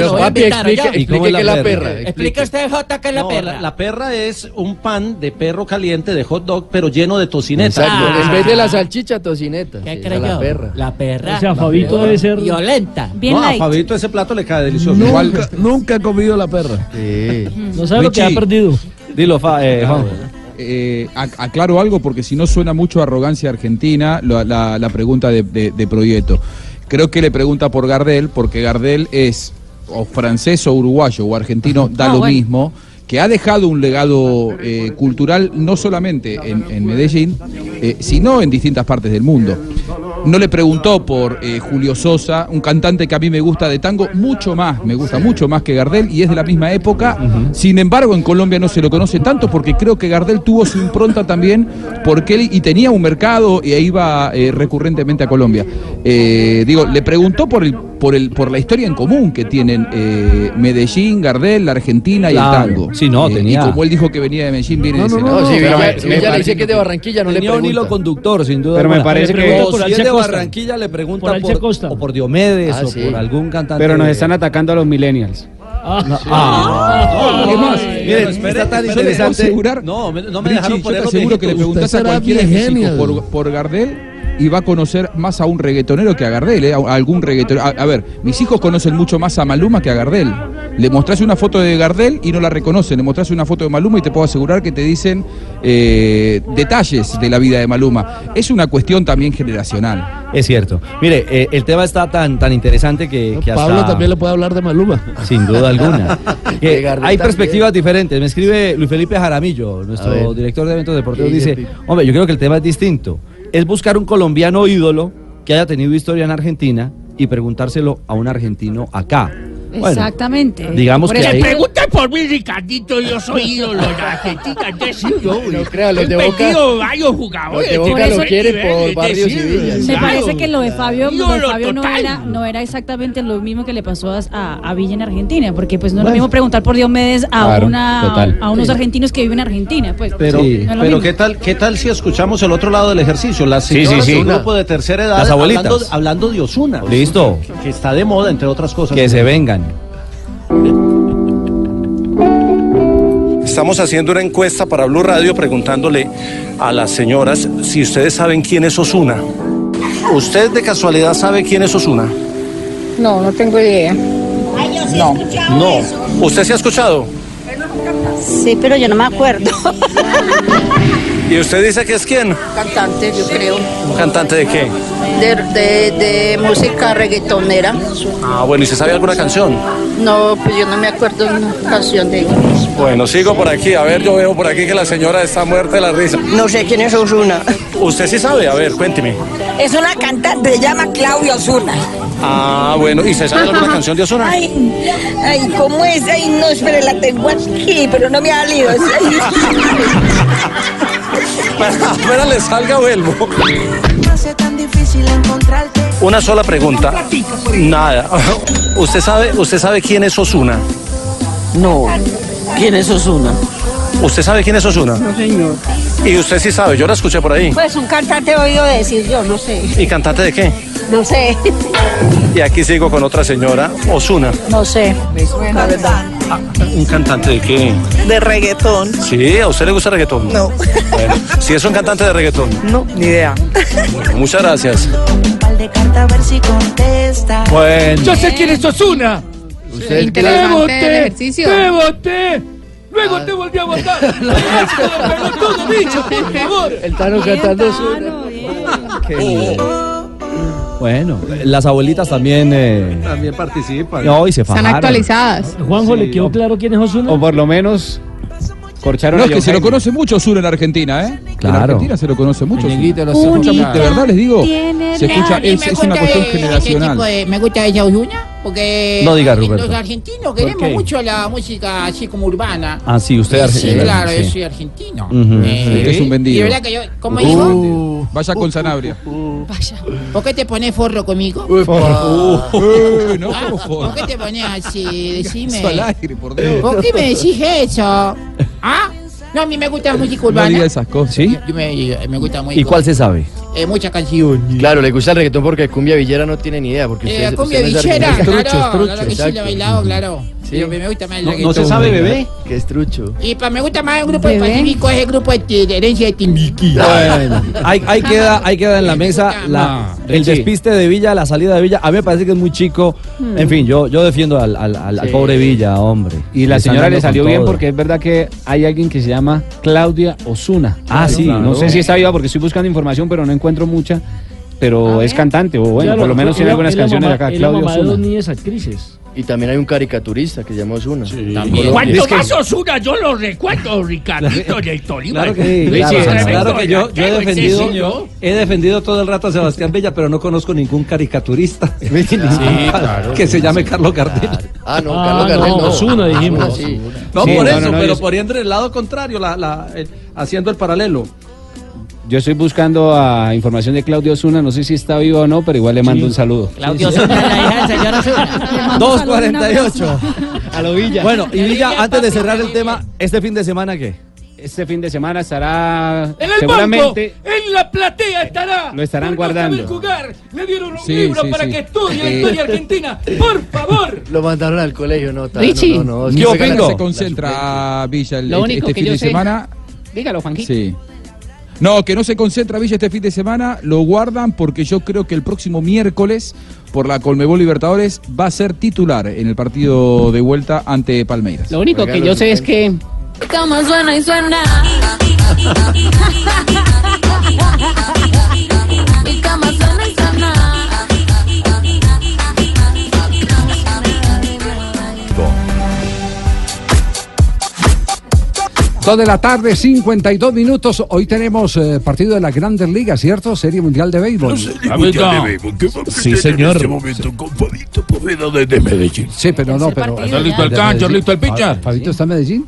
lo voy a invitar, ¿oyó?
Explique
Explique usted, Jota, qué es la
No,
perra.
La, la perra es un pan de perro caliente de hot dog, pero lleno de tocineta.
Exacto,
Ah.
en vez de la
salchicha, tocineta.
Sí, era la creyó? perra.
La perra.
O sea, Fabito debe ser-
Violenta.
no, a Fabito ese plato le cae delicioso.
Nunca, nunca he comido la perra.
No sabe lo que ha
Richie.
perdido.
Dilo, fa, eh, Juanjo.
Eh, ac- aclaro algo porque si no suena mucho a arrogancia argentina la, la- la pregunta de, de, de Proyecto. Creo que le pregunta por Gardel porque Gardel es o francés o uruguayo o argentino, da
Ah,
lo
bueno.
mismo, que ha dejado un legado eh, cultural no solamente en, en Medellín, eh, sino en distintas partes del mundo. no le preguntó por eh, Julio Sosa, un cantante que a mí me gusta de tango mucho más, me gusta mucho más que Gardel y es de la misma época. Sin embargo, en Colombia no se lo conoce tanto porque creo que Gardel tuvo su impronta también porque él y tenía un mercado e iba eh, recurrentemente a Colombia. Eh, digo, le preguntó por el por el por la historia en común que tienen eh, Medellín, Gardel, la Argentina y el
Claro.
tango.
Sí, no,
Eh,
tenía-
Y como él dijo que venía de Medellín, viene de ese lado.
si
Pero
Villa-
me-
si
me
Villa le
parece
dice que es de Barranquilla, no le
Tenía un hilo
pregunta.
conductor, sin duda.
Pero me
alguna.
parece
Le
que-
pregunta
Por
por si
Alcia
es de
Costa.
Barranquilla le
Por
pregunta
Alcia
por,
Costa.
o por Diomedes
Ah,
o
sí.
por algún cantante.
Pero nos
de-
están atacando a los millennials.
No, ah.
¿Qué más?
Miren, está tan
Yo les puedo
interesante.
asegurar,
No, me- no me
Richie,
dejaron
yo te
poner los
aseguro que le
viejitos.
preguntas a
Usted será
cualquiera de esos
millennial.
chicos por, por Gardel y va a conocer más a un reggaetonero que a Gardel, ¿eh? a a algún reggaetonero. A, a ver, mis hijos conocen mucho más a Maluma que a Gardel. Le mostrás una foto de Gardel y no la reconocen. Le mostrás una foto de Maluma y te puedo asegurar que te dicen eh, detalles de la vida de Maluma. Es una cuestión también generacional.
Es cierto. Mire, eh, el tema está tan, tan interesante que, que hasta...
Pablo también le puede hablar de Maluma.
Sin duda alguna. Que
De Gardel
hay
también.
perspectivas diferentes. Me escribe Luis Felipe Jaramillo,
A
nuestro
ver.
director de eventos deportivos,
¿Qué dice
dice, hombre, yo creo que el tema es distinto. Es buscar un colombiano ídolo que haya tenido historia en Argentina y preguntárselo a un argentino acá. Bueno,
Exactamente.
digamos
Por
que
eso
ahí-
yo-
Pregunta por mí, Ricardito, yo soy ídolo de
<laughs>
Argentina, es decir, yo
No crea, los
he
de Boca-
perdido varios jugadores.
los de Boca
por
lo
ese
quieren
nivel,
por
es
barrios y
decir,
villas.
Me
claro.
parece que lo de Fabio, lo de
Ídolo
Fabio no,
total.
era, no era exactamente lo mismo que le pasó a, a Villa en Argentina, porque pues no es
Bueno.
lo mismo preguntar por Diomedes a,
Claro,
una,
total.
a unos argentinos que viven en Argentina. Pues,
Pero,
no es lo
pero
mismo.
¿qué tal qué tal si escuchamos el otro lado del ejercicio? Las
Sí, sí,
señoras
sí.
de un grupo de tercera edad
Las abuelitas.
hablando, hablando de Osuna.
Listo.
Que está de moda, entre otras cosas.
que se vengan.
Estamos haciendo una encuesta para Blue Radio preguntándole a las señoras si ustedes saben quién es Osuna. ¿Usted de casualidad sabe quién es Osuna?
No, no tengo idea.
No. No. ¿Usted se ha escuchado?
Sí, pero yo no me <laughs> acuerdo.
¿Y usted dice que es quién?
Cantante, yo creo.
¿Un cantante de qué?
De, de- de música reggaetonera.
Ah, bueno, ¿y se sabe alguna canción?
No, pues yo no me acuerdo de una canción de
Bueno, sigo por aquí. A ver, yo veo por aquí que la señora está muerta de la risa. No sé quién es Osuna. ¿Usted sí sabe? A ver, cuénteme.
Es una cantante, se llama Claudia Osuna.
Ah, bueno, ¿y se sabe <laughs> alguna canción de Osuna?
Ay, ay, ¿cómo es? Ay, no, espere, la tengo aquí, pero no me ha salido.
Espera, espera, le salga, vuelvo.
tan difícil encontrarte.
Una sola pregunta. Nada. <laughs> ¿Usted sabe, usted sabe quién es Osuna? No. ¿Quién es Osuna? ¿Usted sabe quién es Osuna?
señor.
Y usted sí sabe, yo la escuché por ahí.
Pues un cantante he oído decir yo, no sé.
¿Y cantante de qué?
No sé.
Y aquí sigo con otra señora, Osuna.
No sé. Me suena, ¿verdad?
¿Un cantante de qué?
De reggaetón.
Sí, ¿a usted le gusta el reggaetón?
No.
Bueno, si es un cantante de reggaetón.
No, ni idea.
Bueno, muchas gracias.
Un par de cartas a ver si contesta.
Bueno.
Yo sé quién es Osuna.
Usted
Te
Interesante
voté,
el ejercicio.
Te voté. Luego
Ah.
te volví a
<laughs>
votar. Pelotudo, bicho, por favor.
El Tano cantando Osuna.
Bueno, las abuelitas también... eh,
También participan.
no, y se fajaron.
Juanjo, ¿le quedó claro quién es Osuna? O
por lo menos corcharon
No,
a
es que
John
se lo
Jaime.
conoce mucho Osuna en Argentina, ¿eh? En
Claro.
Argentina se lo conoce mucho.
Meñiquito,
Osuna.
lo sé mucho
Escúchame,
más.
de verdad les digo,
Tiene
se escucha, es, es una cuestión generacional.
me gusta ella Osuna porque
No diga,
los
Ruperto.
argentinos queremos
qué?
mucho la música así como urbana.
Ah, sí, usted es
Sí,
argentino,
claro,
sí.
yo soy argentino.
Ujú.
Eh,
Usted es un
Y de
vendido.
verdad que yo, como
Uh,
digo,
Vaya con Sanabria.
¿por qué te pones forro conmigo? <laughs>
Uh, no,
Ah,
como
¿Por
forro.
qué te pones así? Decime.
Eso al aire, por Dios.
¿Por qué me decís eso? ¿Ah? No, a mí me gusta la música
No diga
urbana.
esas cosas. ¿Sí?
Yo me, me gusta muy
sabe?
Eh, mucha canción.
Claro, le gusta el reggaetón porque cumbia villera no tiene ni idea. Porque
Eh,
usted-
la cumbia
usted no es
villera,
argentino.
claro, claro que sí, la he
Exacto.
<laughs> bailado, claro. Pero me gusta más el
No-
reggaetón.
Que es trucho.
Y pa, me gusta más el grupo de Pacífico, es el grupo de, de herencia de Timbiquí.
Bueno, ahí, ahí queda, ahí queda en la mesa la-
No,
el
sí.
despiste de Villa, la salida de Villa. A mí me parece que es muy chico.
Hmm.
En fin, yo, yo defiendo al, al- al- al
Sí.
pobre Villa, hombre.
Y la
están
señora
dando
le salió
con
bien
todo.
porque es verdad que hay alguien que se llama Claudia Osuna.
Ah, sí,
No
claro.
sé si está viva porque estoy buscando información, pero no encuentro mucha. Pero es cantante, o bueno,
Claro,
por lo menos
es
tiene
la-
algunas
es la
canciones
mamá-
acá.
es la
Claudia
mamá de dos
Osuna.
niñas actrices.
Y también hay un caricaturista que se llama Osuna.
También. ¿Cuánto más Osuna? Yo lo recuerdo, Ricardito del Tolima.
Claro que, sí,
Luis,
claro,
sí,
claro
tremendo
que yo, yo he
delantero, ese
defendido,
señor.
he defendido todo el rato a Sebastián Bella, pero no conozco ningún caricaturista <laughs>
claro.
que se llame Carlos Gardel.
Ah, no, Carlos Gardel no. Ozuna sí.
No,
Sí,
por
no,
eso,
no, no,
pero
yo-
poniendo el lado contrario, la, la, eh, haciendo el paralelo.
<laughs>
Yo estoy buscando a información de Claudio Osuna, no sé si está vivo o no, pero igual le mando un saludo.
Claudio Osuna, la hija
<laughs>
del señor Osuna. 248.
A lo Villa.
Bueno, y Villa, antes de cerrar el tema, ¿este fin de semana qué?
Este fin de semana estará
En el
seguramente
banco, en la platea estará.
lo estarán
Por no
guardando.
saber jugar, le dieron un
Sí,
libro
sí,
para
sí.
que estudie
Eh.
historia argentina. Por favor.
Lo mandaron al colegio, no, tal,
Richie.
no, no, no,
¿Qué
juega la-
Se concentra Villa el-
Lo
este,
único
este
que
fin
yo
de
sé-
semana.
Dígalo, Juanquito.
Sí. No, que no se concentra Villa este fin de semana, lo guardan porque yo creo que el próximo miércoles por la Colmebol Libertadores va a ser titular en el partido de vuelta ante Palmeiras.
Lo único que yo sé es que
Como suena y
<laughs>
suena. Y como suena y suena.
Dos de la tarde, 52 minutos. Hoy tenemos eh, partido de las Grandes Ligas, ¿cierto? Serie Mundial de Béisbol.
Sí,
señor.
este momento con Fabito Poveda desde Medellín.
Sí, pero no, pero. eh,
¿Está listo el cancho? ¿Listo el
Ah,
picha?
¿Fabito está en Medellín?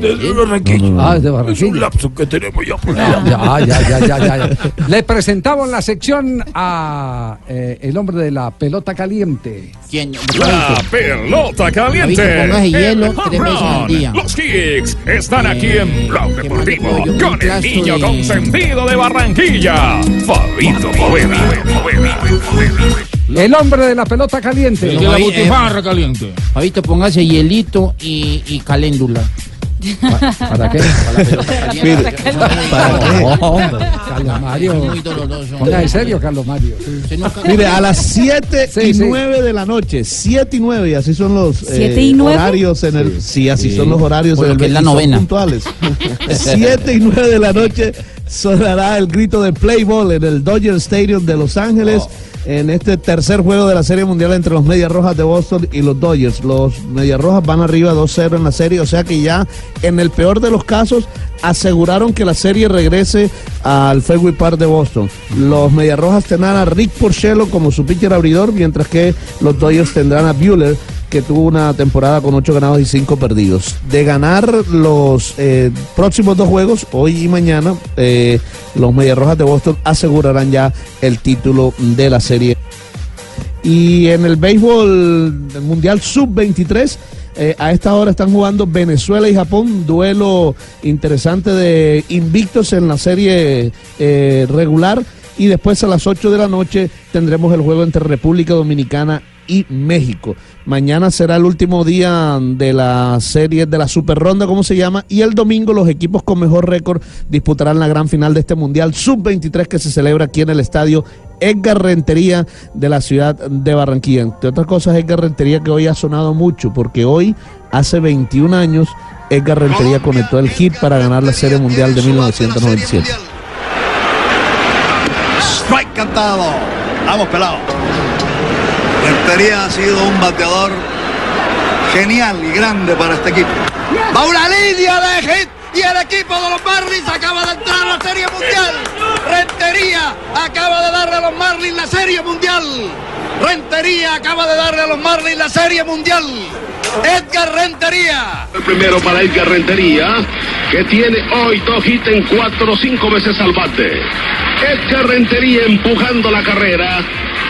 Desde Barranquilla.
Ah, es de Barranquilla.
Es un lapso que tenemos ya. por
Ya, ya, ya, ya, ya, ya, <laughs> ya. Le presentamos la sección a eh, el hombre de la pelota caliente.
¿Quién? La pelota caliente.
Fabito, póngase hielo
El home
tres veces al
run.
día. Eh,
Los Kicks están aquí en Blog Deportivo
pollo,
con
un
el
plato
niño
de-
consentido de Barranquilla, Fabito Poveda.
El hombre de la pelota caliente.
El de la
Ahí, eh,
butifarra caliente.
Fabito, póngase hielito y, y caléndula.
¿Para qué? <laughs> Carlos <laughs> Mario. Ponga en serio, Carlos Mario.
<laughs> Mire, a las 7 y
sí.
9 de la noche, 7 y 9, y así son los eh,
¿Siete y nueve?
horarios en el. Sí, así
Sí.
son los horarios
Por
en
lo
el
que es la
y son
novena.
puntuales. 7 y 9 de la noche sonará el grito de play ball en el Dodger Stadium de Los Ángeles. En este tercer juego de la Serie Mundial entre los Medias Rojas de Boston y los Dodgers. Los Medias Rojas van arriba 2-0 en la serie, o sea que ya en el peor de los casos aseguraron que la serie regrese al Fenway Park de Boston. Los Medias Rojas tendrán a Rick Porcello como su pitcher abridor, mientras que los Dodgers tendrán a Bueller, que tuvo una temporada con 8 ganados y 5 perdidos. De ganar los eh, próximos dos juegos, hoy y mañana, eh, los Medias Rojas de Boston asegurarán ya el título de la serie. Y en el béisbol del Mundial Sub-23, eh, a esta hora están jugando Venezuela y Japón, duelo interesante de invictos en la serie eh, regular. Y después a las 8 de la noche tendremos el juego entre República Dominicana y México. Mañana será el último día de la serie de la Super Ronda, como se llama, y el domingo los equipos con mejor récord disputarán la gran final de este Mundial Sub-23 que se celebra aquí en el estadio Edgar Rentería de la ciudad de Barranquilla. Entre otras cosas, Edgar Rentería que hoy ha sonado mucho, porque hoy, hace 21 años, Edgar Rentería conectó el hit para ganar la Serie Mundial de 1997.
Strike cantado. Vamos, pelado. Rentería ha sido un bateador genial y grande para este equipo.
Va una línea de hit y el equipo de los Marlins acaba de entrar a la Serie Mundial. Rentería acaba de darle a los Marlins la Serie Mundial. Rentería acaba de darle a los Marlins la Serie Mundial. Edgar Rentería.
Primero para Edgar Rentería, que tiene hoy dos hits en cuatro o cinco veces al bate. Edgar Rentería empujando la carrera.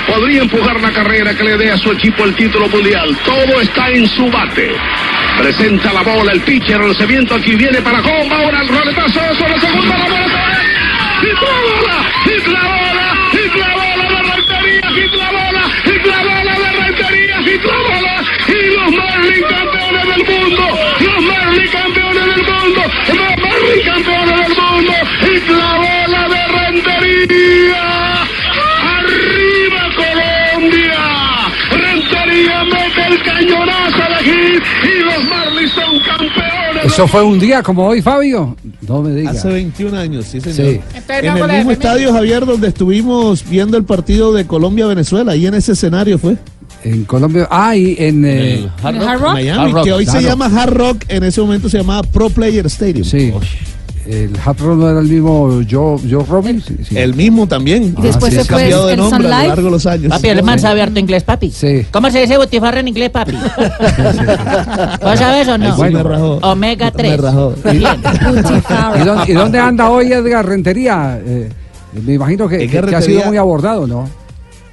Podría empujar la carrera que le dé a su equipo el título mundial. Todo está en su bate. Presenta la bola, el pitcher, el lanzamiento. Aquí viene para Comba. Ahora el roletazo, eso la segunda, la bola. otra vez. ¡Hit la bola! ¡Hit la bola! ¡Hit la bola de Rentería! ¡Hit la bola! ¡Hit la bola de Rentería! ¡Hit la bola! ¡Y los Marlins campeones del mundo! ¡Los Marlins campeones del mundo! ¡Los Marlins campeones del mundo! ¡Hit la bola de Rentería! ¡Arriba Colombia! ¡Rentería mete el cañonazo de hit! ¡Y los Marlins son campeones!
Eso fue un día como hoy, Fabio. No me digas.
Hace 21 años, sí, señor.
Sí.
En el mismo estadio, Javier, donde estuvimos viendo el partido de Colombia-Venezuela, y en ese escenario fue.
En Colombia. Ah, y en. eh,
Miami, que hoy se llama Hard Rock, en ese momento se llamaba Pro Player Stadium.
Sí. El Hard Rock no era el mismo Joe, Joe Robin.
El mismo Eh, también.
Ah, Después sí, se
ha
fue
cambiado de
el
nombre
Sun
a lo
Life.
largo de los años.
Papi, el man sabe harto inglés, papi.
Sí.
¿Cómo se dice botifarra en
<laughs>
inglés, papi? ¿Vos sabes o no? Omega 3.
¿Y, dónde, y dónde anda hoy Edgar Rentería? Eh, me imagino que,
Edgar
que ha sido
Rentería-
muy abordado, ¿no?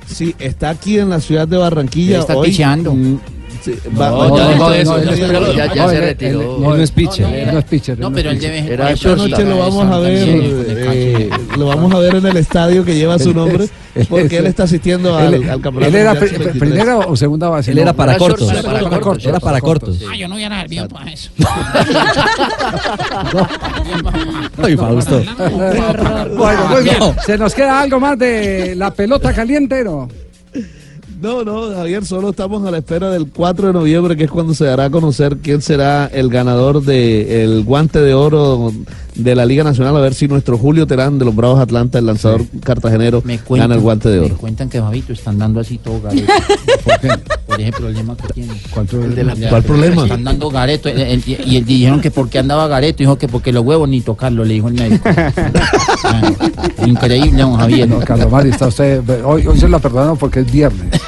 Sí, está aquí en la ciudad de Barranquilla.
Pero está
hoy,
picheando.
mm, sí, va-
No,
va-
ya dejó de
no,
eso,
no,
ya
no,
espéralo,
no,
ya- ya
no,
se
él-
retiró.
él-
No, no es pitcher,
no,
él no es pitcher,
no,
él no
pero
es
él
pitcher.
debe-
Era
Esta
shortstop.
noche lo vamos a ver, eh, lo vamos a ver en el estadio que lleva su nombre, porque él está asistiendo al,
Él-
al campeonato.
Él era
mundial
pri- pri-
23.
primera o segunda base.
Él
no,
era para
short-
cortos.
Era para,
Para
cortos.
era para cortos.
Ah, yo no voy a dar bien para eso.
Ay, Fausto.
<laughs>
Bueno, muy bien. ¿Se nos queda algo más de la pelota caliente, no?
No, no, Javier, solo estamos a la espera del 4 de noviembre, que es cuando se dará a conocer quién será el ganador del guante de oro de la Liga Nacional, a ver si nuestro Julio Terán de los Bravos Atlanta, el lanzador cartagenero, gana el guante de
Me
oro.
cuentan que Fabito están dando así todo gareto. Por ese problema que tiene. ¿Cuál problema?
¿Cuál problema?
Están dando gareto. el- el- y el, dijeron que porque andaba gareto. Dijo que porque los huevos ni tocarlo, le dijo el médico. Ah, increíble, don Javier.
No, Carlos Mario, está usted. Hoy, hoy se lo perdonamos porque es
<laughs>
viernes.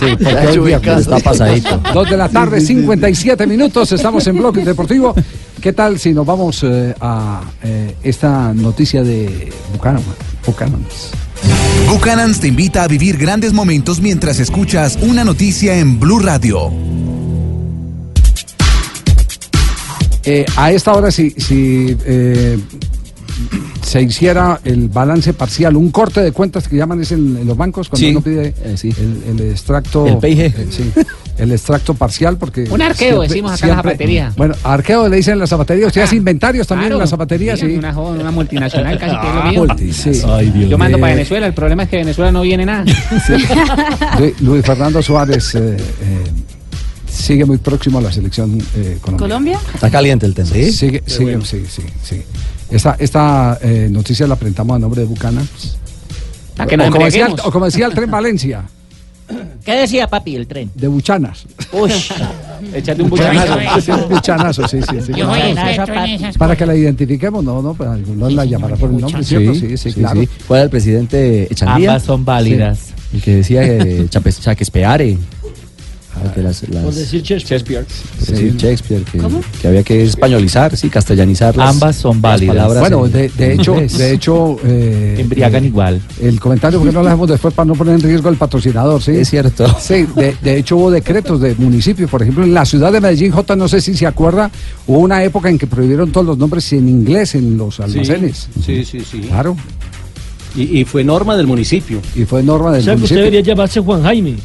Sí,
porque hoy es viernes, está pasadito.
Dos de la tarde, 57 minutos, estamos en Bloque Deportivo. ¿Qué tal si nos vamos eh, a eh, esta noticia de Bucaram? Bucaram.
Buchanan's te invita a vivir grandes momentos mientras escuchas una noticia en Blue Radio.
Eh, a esta hora, si, si eh, se hiciera el balance parcial, un corte de cuentas que llaman es en, en los bancos cuando
Sí,
uno pide el, el extracto.
El PIG.
eh, sí, el extracto parcial, porque.
Un arqueo, decimos acá en la zapatería. Ah,
Bueno, arqueo le dicen en la zapatería. Usted hace inventarios también en la zapatería, sí.
Una, joven, una multinacional casi que es lo
Ah,
mío.
multi, sí.
Yo mando para
Eh,
Venezuela, el problema es que Venezuela no viene nada.
Lu- Luis Fernando Suárez eh, eh, sigue muy próximo a la selección eh, colombiana.
¿Colombia?
Está caliente el tema.
Sí, sigue, sigue, sí, sí, sí. Esta, esta eh, noticia la presentamos a nombre de Bucana.
Ah, que nos
o, como decía, el-
embriaguemos.
o como decía el tren Valencia,
¿Qué decía papi el tren?
de Buchanas.
Uy.
Échate
un
Buchanazo,
buchanazo.
<laughs> sí, un buchanazo, sí, sí, sí.
Yo voy en esas
Para, que la identifiquemos, no, no, pues algunos la llamará por el nombre, ¿cierto? Sí, sí, claro.
¿Cuál era el presidente Echandía?
Ambas son válidas.
Sí. El que decía que Chape- Chaquespeare. El que las- las-
Por decir Shakespeare.
es decir, Shakespeare, que,
¿Cómo?
que había que españolizar, sí, castellanizarlas.
Ambas
son
válidas. Bueno, de- de hecho- de hecho. eh, Embriagan
igual.
El comentario porque no lo hacemos después para no poner en riesgo al patrocinador, ¿sí? Es
cierto.
<laughs> Sí, de, de hecho hubo decretos de municipios, por ejemplo, en la ciudad de Medellín, J, no sé si se acuerda, hubo una época en que prohibieron todos los nombres en inglés en los almacenes.
Sí, sí, sí.
Claro.
Y, y fue norma del municipio.
Y fue norma
O
del
sea que usted
municipio.
debería llamarse Juan Jaime.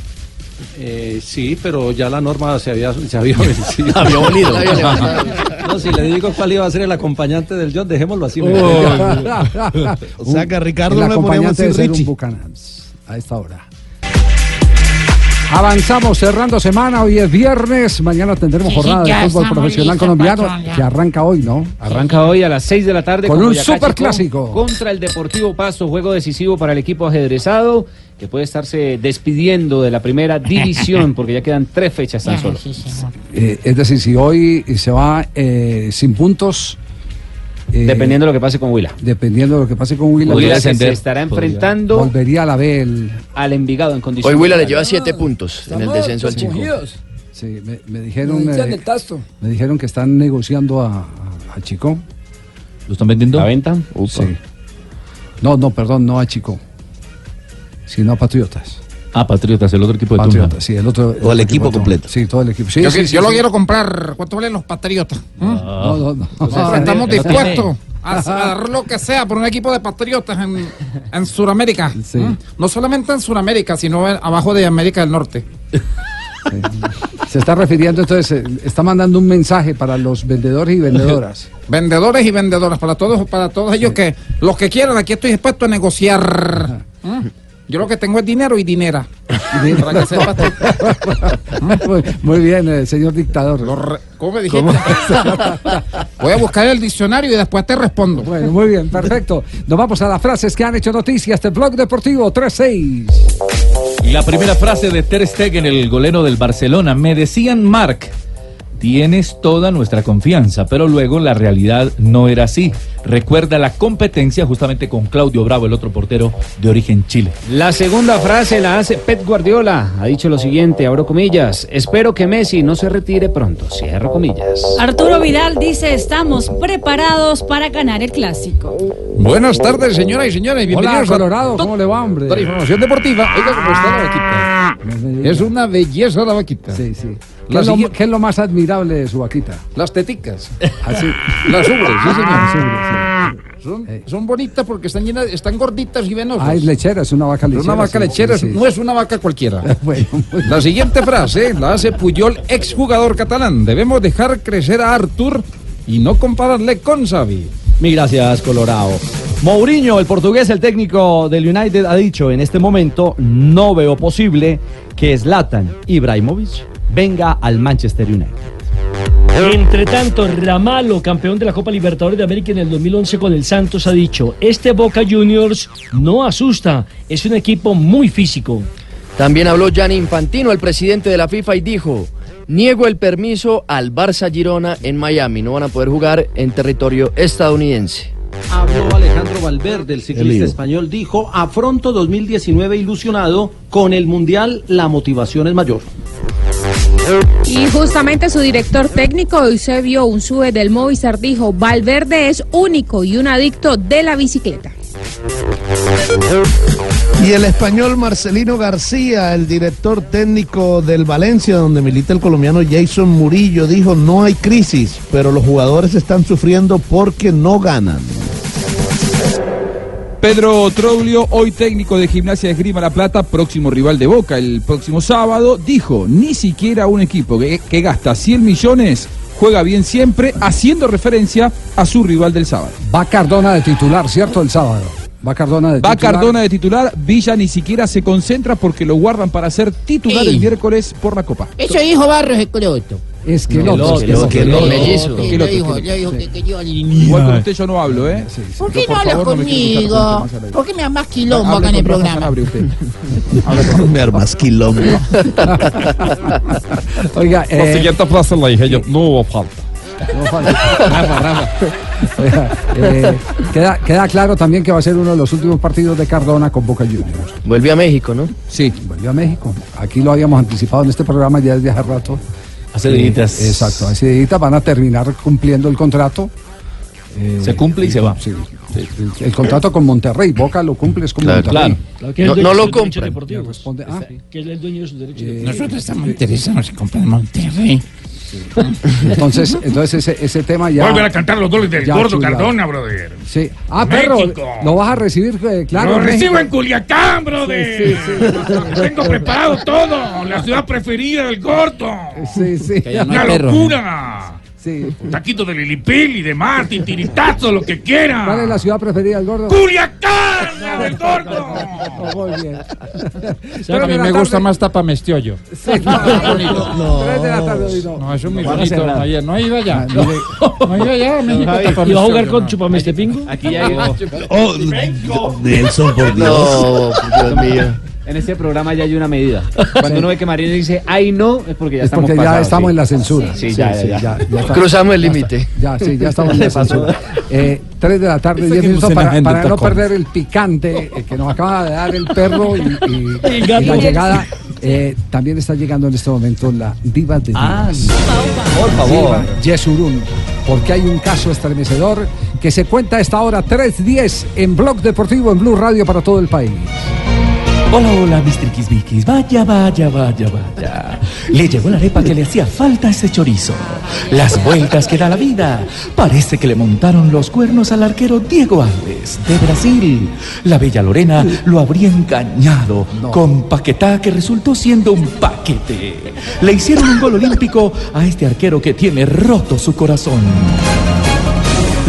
Eh, sí, pero ya la norma se había, se <laughs> había, se había abolido.
La había levantado.
no, si le digo cuál iba a ser el acompañante del John, dejémoslo así.
Uy. <laughs>
<laughs> o sea que a Ricardo
el
no le ponemos
acompañante de
así,
ser un
Richie.
Bucanans a esta hora. Avanzamos cerrando semana, hoy es viernes, mañana tendremos
Sí,
jornada
sí, ya
de fútbol
estamos
profesional
listos,
colombiano
patrón, ya.
que arranca hoy, ¿no?
Arranca hoy a las 6 de la tarde
Con un
Boyacá
superclásico.
Chicó contra el Deportivo Pasto, juego decisivo para el equipo ajedrezado que puede estarse despidiendo de la primera división porque ya quedan tres fechas tan solo.
Eh, es decir, si hoy se va eh, sin puntos. eh,
Dependiendo de lo que pase con Huila.
Dependiendo de lo que pase con Huila.
Huila se- se estará enfrentando
Volvería a la B el-
al Envigado en condiciones.
Hoy Huila le
de-
lleva 7 puntos en el descenso al chico.
Sí, me, me dijeron. eh, me dijeron que están negociando a, a- a Chico.
¿Lo están vendiendo?
¿La venta?
Sí. No, no, perdón, no a Chico. Sino a Patriotas.
Ah, Patriotas, el otro equipo de
Patriotas,
Tunja.
sí, el otro.
O el equipo
de Tunja.
completo.
Sí, todo el
<laughs>
equipo. Sí,
yo
sí,
que-
sí,
yo lo
sí.
quiero comprar. ¿Cuánto valen los patriotas? ¿Mm?
No, no, no.
Nosotros
No,
estamos
no tiene-
dispuestos a, a dar lo que sea por un equipo de patriotas en, en Sudamérica. ¿Mm? No solamente en Sudamérica, sino en- abajo de América del Norte.
Se está refiriendo entonces, eh, está mandando un mensaje para los vendedores y vendedoras.
Vendedores y <laughs> vendedoras, para todos, para todos ellos que los que quieran, aquí estoy dispuesto a negociar. ¿Mm? Yo lo que tengo es dinero y
<laughs>
dinera. Para que sepas tú.
muy, muy bien, eh, señor dictador.
¿Cómo me
<laughs>
dijiste? Voy a buscar el diccionario y después te respondo.
Bueno, muy bien, perfecto. Nos vamos a las frases que han hecho noticias del blog deportivo 36.
La primera frase de Ter Stegen, el golero del Barcelona. Me decían, Marc, tienes toda nuestra confianza, pero luego la realidad no era así. Recuerda la competencia justamente con Claudio Bravo, el otro portero de origen Chile.
La segunda frase la hace Pep Guardiola. Ha dicho lo siguiente, abro comillas, espero que Messi no se retire pronto, cierro comillas.
Arturo Vidal dice, estamos preparados para ganar el clásico.
Buenas tardes, señoras y señores. Bienvenidos
Hola, Colorado.
¿Cómo le va, hombre? La información deportiva. Oiga cómo está la vaquita. Es una belleza la vaquita. Sí, sí.
¿Qué, es lo, qué es lo más admirable de su vaquita?
Las teticas.
Así.
Las ubres, sí, señor.
Las ubres,
Son, son bonitas porque están llenas, están gorditas y venosas.
Ah, es lechera, es una vaca
Pero
lechera.
una vaca
sí,
lechera
sí, sí. <laughs>
no es una vaca cualquiera. La siguiente frase la hace Puyol, exjugador catalán. Debemos dejar crecer a Artur y no compararle con Xavi.
Mi gracias, Colorado. Mourinho, el portugués, el técnico del United, ha dicho en este momento no veo posible que Zlatan Ibrahimovic venga al Manchester United.
Entre tanto, Ramalo, campeón de la Copa Libertadores de América en el 2011 con el Santos, ha dicho, este Boca Juniors no asusta, es un equipo muy físico.
También habló Gianni Infantino, el presidente de la FIFA, y dijo, niego el permiso al Barça Girona en Miami, no van a poder jugar en territorio estadounidense.
Habló Alejandro Valverde, el
El
ciclista
lío.
español, dijo, afronto 2019 ilusionado, con el Mundial la motivación es mayor.
Y justamente su director técnico Eusebio Unsue del Movistar dijo, Valverde es único y un adicto de la bicicleta.
Y el español Marcelino García, el director técnico del Valencia, donde milita el colombiano Jason Murillo, dijo no hay crisis, pero los jugadores están sufriendo porque no ganan.
Pedro Troglio, hoy técnico de Gimnasia de Esgrima La Plata, próximo rival de Boca el próximo sábado, dijo, ni siquiera un equipo que, que gasta 100 millones juega bien siempre, haciendo referencia a su rival del sábado.
Va Cardona de titular, ¿cierto? El sábado. Va Cardona de
Va
titular.
Cardona de titular, Villa ni siquiera se concentra porque lo guardan para ser titular
Sí.
el miércoles por la Copa.
Eso dijo Barrios Escroto.
Es que
No,
otro,
no,
es que
no, no,
otro.
no,
Sí,
no,
lo dijo,
no,
lo dijo que, que yo
Igual con usted yo no hablo, ¿eh?
¿Por qué
Yo,
no
por
hablas
favor, no me quiero escuchar con
conmigo?
Rafa Sanabria.
¿Por qué me amas quilombo
Hable
acá en el
con Rafa
programa?
Sanabria usted.
Me armas quilombo.
<laughs> Oiga,
La
eh,
siguiente frase la dije yo, no hubo falta.
oiga, eh, queda, queda claro también que va a ser uno de los últimos partidos de Cardona con Boca Juniors.
Vuelve a México, ¿no?
Sí.
Volvió a México. Aquí lo habíamos anticipado en este programa ya desde hace rato.
Hace
Eh,
deditas.
Exacto, hace deditas van a terminar cumpliendo el contrato. Eh,
Se cumple y se va.
El, el contrato con Monterrey, Boca lo cumple es con
Claro,
Monterrey.
Claro, ¿quién es dueño de sus derechos deportivos?
"Ah".
¿Quién es el dueño de sus
Eh,
derechos deportivos?
Nosotros estamos interesados en comprar Monterrey.
Entonces, entonces ese, ese tema ya.
Vuelven a cantar los goles del
ya
gordo
chulado.
Cardona, brother.
Sí. Ah, perro,
México.
lo vas a recibir, eh, claro.
Lo
México.
recibo en Culiacán, brother. Tengo preparado todo. La ciudad preferida del gordo.
Sí, sí.
Una locura. Taquitos de lilipil y demás, tintiritazo, lo que
¿Cuál es
quiera.
la ciudad preferida del gordo?
¡Culiacán, la del gordo!
Oh, Muy bien.
Pero
a mí me gusta
más tapa mestiollo.
Sí, no, bonito.
No.
Tres de la tarde hoy no.
No, eso es muy
Van a
bonito.
cerrar.
No, ayer no iba ya. No, iba ya. México tapa
Javi, ¿y va a
mestiollo,
jugar con
no.
Chupamestepingo?
Aquí ya llegó.
Oh,
Nelson,
<laughs>
por
Dios. No, Dios mío.
En este programa ya hay una medida. Cuando uno ve que Marino dice, ay no, es porque ya
Es
estamos
porque ya
pasados,
estamos
sí.
en la censura.
Sí, ya, ya, ya.
está.
Cruzamos el
Ya
límite.
está. Ya, sí, ya <laughs> estamos
<laughs>
en la censura. Eh, tres de la tarde,
Esa
diez
que no
minutos
se
para,
me
para
agenda,
no
tocó.
perder el picante eh, que nos acaba de dar el perro
<laughs>
y, y-
El
y
gato.
la llegada. Eh, también está llegando en este momento la diva de
Ah,
Ah,
Ah,
divas.
Por favor.
Diva Yesurún, porque hay un caso estremecedor que se cuenta a esta hora 3.10 en Blog Deportivo, en Blue Radio para todo el país.
Hola, hola, Mr. Kisbikis. Vaya, vaya, vaya, vaya. Le llegó la arepa que le hacía falta a ese chorizo. Las vueltas que da la vida. Parece que le montaron los cuernos al arquero Diego Alves, de Brasil. La bella Lorena lo habría engañado con paquetá que resultó siendo un paquete. Le hicieron un gol olímpico a este arquero que tiene roto su corazón.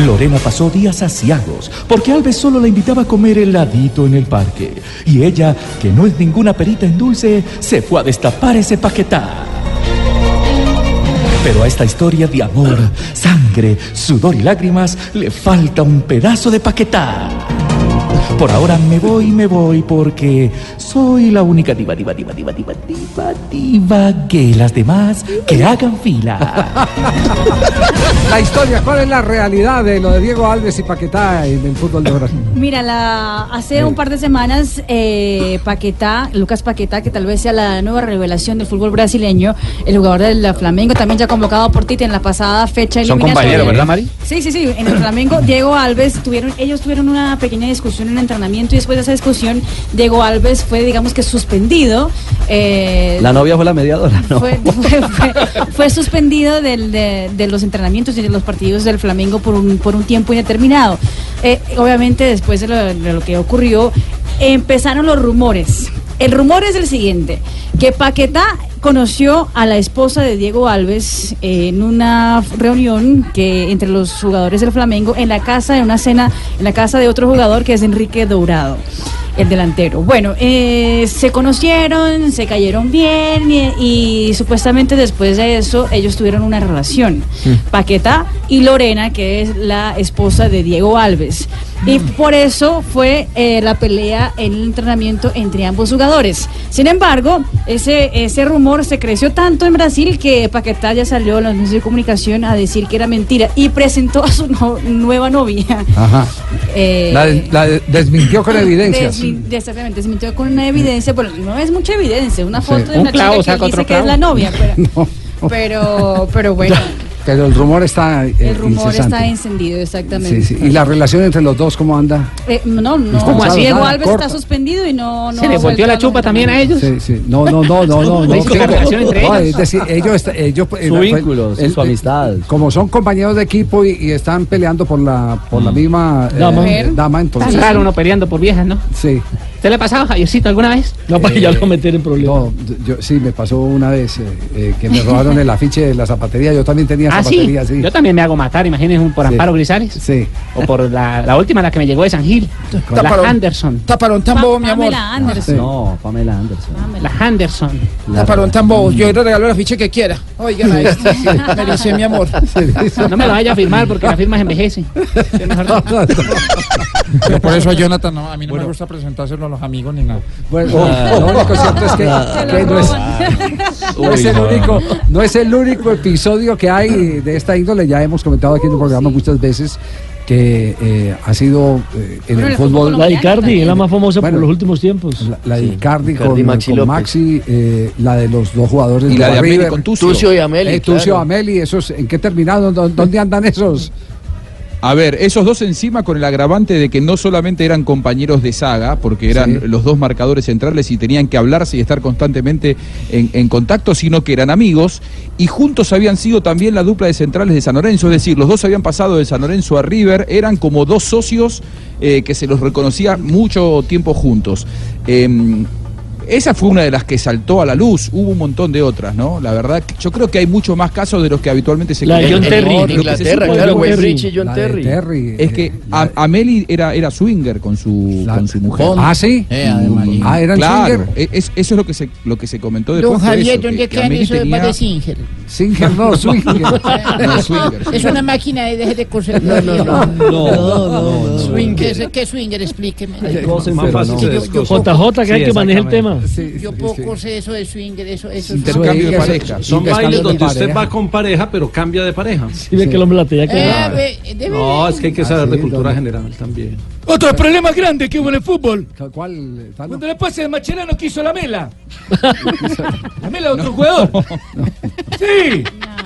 Lorena pasó días asiagos porque Alves solo la invitaba a comer heladito en el parque. Y ella, que no es ninguna perita en dulce, se fue a destapar ese paquetá. Pero a esta historia de amor, sangre, sudor y lágrimas le falta un pedazo de paquetá.
Por ahora me voy, me voy, porque soy la única diva, diva, diva, diva, diva, diva, diva, que las demás que hagan fila.
La historia, ¿cuál es la realidad de lo de Diego Alves y Paquetá en el fútbol de Brasil?
Mira, la, hace un par de semanas, eh, Paquetá, Lucas Paquetá, que tal vez sea la nueva revelación del fútbol brasileño, el jugador del Flamengo, también ya convocado por Tite en la pasada fecha
Son
eliminatoria.
compañeros, ¿verdad, Mari?
Sí, sí, sí. En el Flamengo, Diego Alves tuvieron, ellos tuvieron una pequeña discusión en entrenamiento y después de esa discusión, Diego Alves fue, digamos que suspendido. eh,
La novia fue la mediadora, ¿no?
fue, fue- fue- fue suspendido del- de, de los entrenamientos y de los partidos del Flamengo por un, por un tiempo indeterminado. Eh, obviamente, después de lo, de lo que ocurrió, empezaron los rumores. El rumor es el siguiente, que Paquetá conoció a la esposa de Diego Alves eh, en una reunión que entre los jugadores del Flamengo en la casa de una cena, en la casa de otro jugador que es Enrique Dourado el delantero. Bueno, eh, se conocieron, se cayeron bien y, y supuestamente después de eso ellos tuvieron una relación. Paqueta y Lorena, que es la esposa de Diego Alves. Y
Mm.
por eso fue eh, la pelea en el entrenamiento entre ambos jugadores. Sin embargo, ese, ese rumor se creció tanto en Brasil que Paquetá ya salió en los medios de comunicación a decir que era mentira y presentó a su no- nueva novia.
Ajá.
Eh,
La, des- la des- desmintió con evidencias. <laughs>
Desmin- exactamente, desmintió con una evidencia, pero no es mucha evidencia, una foto
Sí.
de
Un
una
clavo
chica
saca
que dice
otro
que es la
clavo.
novia,
<laughs>
pero, pero, pero bueno,
Pero el rumor está eh,
el rumor
incesante.
está encendido, exactamente.
Sí, sí. ¿Y la relación entre los dos cómo anda?
Eh, no, no,
¿Cómo así?
Diego
Nada,
Alves
corta.
está suspendido y no, no
Se le
ha
volteó
vuelto
la
a-
chupa también a ellos.
Sí, sí. No, no, no,
<laughs>
no, no. no,
¿Hay comunicación entre
No,
ellos?
Es decir, ellos, está- ellos eh,
Su
la-
vínculo, su amistad.
Como son compañeros de equipo y, y están peleando por la, por
Mm.
la misma eh,
Dama.
dama, entonces.
Tan raro uno peleando por viejas, ¿no?
Sí.
¿Te le ha pasado, Javiercito, alguna vez?
No, para
ya lo
meter en problemas. yo, sí, me pasó una vez eh, eh, que me robaron el afiche de la zapatería. Yo también tenía
Ah, sí.
zapatería, sí.
Yo también me hago matar, imagínense, un por
Sí.
Amparo Grisales.
Sí.
O por la, la última, la que me llegó de San Gil. La
Taparón.
Anderson.
Taparón tan bobo, mi amor.
Pamela Anderson.
No, Pamela Anderson.
La Anderson.
Taparón tan bobo. Yo le regalo la ficha que quiera. Oigan a esto. Me dice mi amor.
No me lo vaya a firmar porque la firma se envejece.
Pero por eso Jonathan, no, a mí no me gusta presentárselo a los amigos ni nada.
Bueno, lo único cierto es que, que no, es,
<laughs>
no es el único, no es el único episodio que hay de esta índole. Ya hemos comentado aquí en el programa muchas veces que eh, ha sido eh, en
Bueno,
el
el fútbol
fútbol.
colombiano La Icardi, también. es la más famosa por los
últimos tiempos. La, la de Icardi,
Icardi,
con,
Maxi
con
López.
Maxi, eh, la de los dos jugadores
Y la de América
River.
con Tucio. Tucio y Ameli,
Eh, Tucio,
claro.
Ameli, esos, ¿en qué terminaron? ¿Dó- ¿Dónde andan esos?
A ver, esos dos encima con el agravante de que no solamente eran compañeros de saga, porque eran los dos marcadores centrales y tenían que hablarse y estar constantemente en, en contacto, sino que eran amigos y juntos habían sido también la dupla de centrales de San Lorenzo, es decir, los dos habían pasado de San Lorenzo a River, eran como dos socios eh, que se los reconocía mucho tiempo juntos. Em, esa fue una de las que saltó a la luz, hubo un montón de otras, ¿no? La verdad, que yo creo que hay muchos más casos de los que habitualmente se
La de John
Lo que
Terry.
se
De
pues,
Inglaterra,
supo de
claro,
John
Wayne
Terry.
Bridge y John
La de
Terry.
Es que a- Ameli era, era swinger con su, con su mujer.
Ah, sí. Ah, eran
claro,
Singer.
e- es- eso es lo que se, lo que se comentó después.
Don
fue
Javier,
eso, que-
¿dónde
que
quedan
Ameli
esos
tenía-
demás de Singer?
Singer,
<laughs>
no, Swinger.
No, swinger.
Es una máquina de deje de coser.
No, no, no.
¿Qué es- qué es swinger? Explíqueme.
Más fácil se descosó.
JJ, que hay
Sí,
que manejar el
exactamente.
tema.
Yo poco sé eso de swinger, eso, eso
Intercambio de
Eso-
pareja.
son
Son
bailes
bailes donde
de
usted
pareja.
va con pareja, pero cambia de pareja.
Y ve que el hombre la tenía que
<laughs>
Ah,
Eh, ve, debe-
No, es que hay que saber de cultura general también.
Otro problema grande que hubo en el fútbol.
¿Cuál?
Cuando le pase de Macherano que hizo la mela.
<laughs>
la mela de otro jugador. Sí,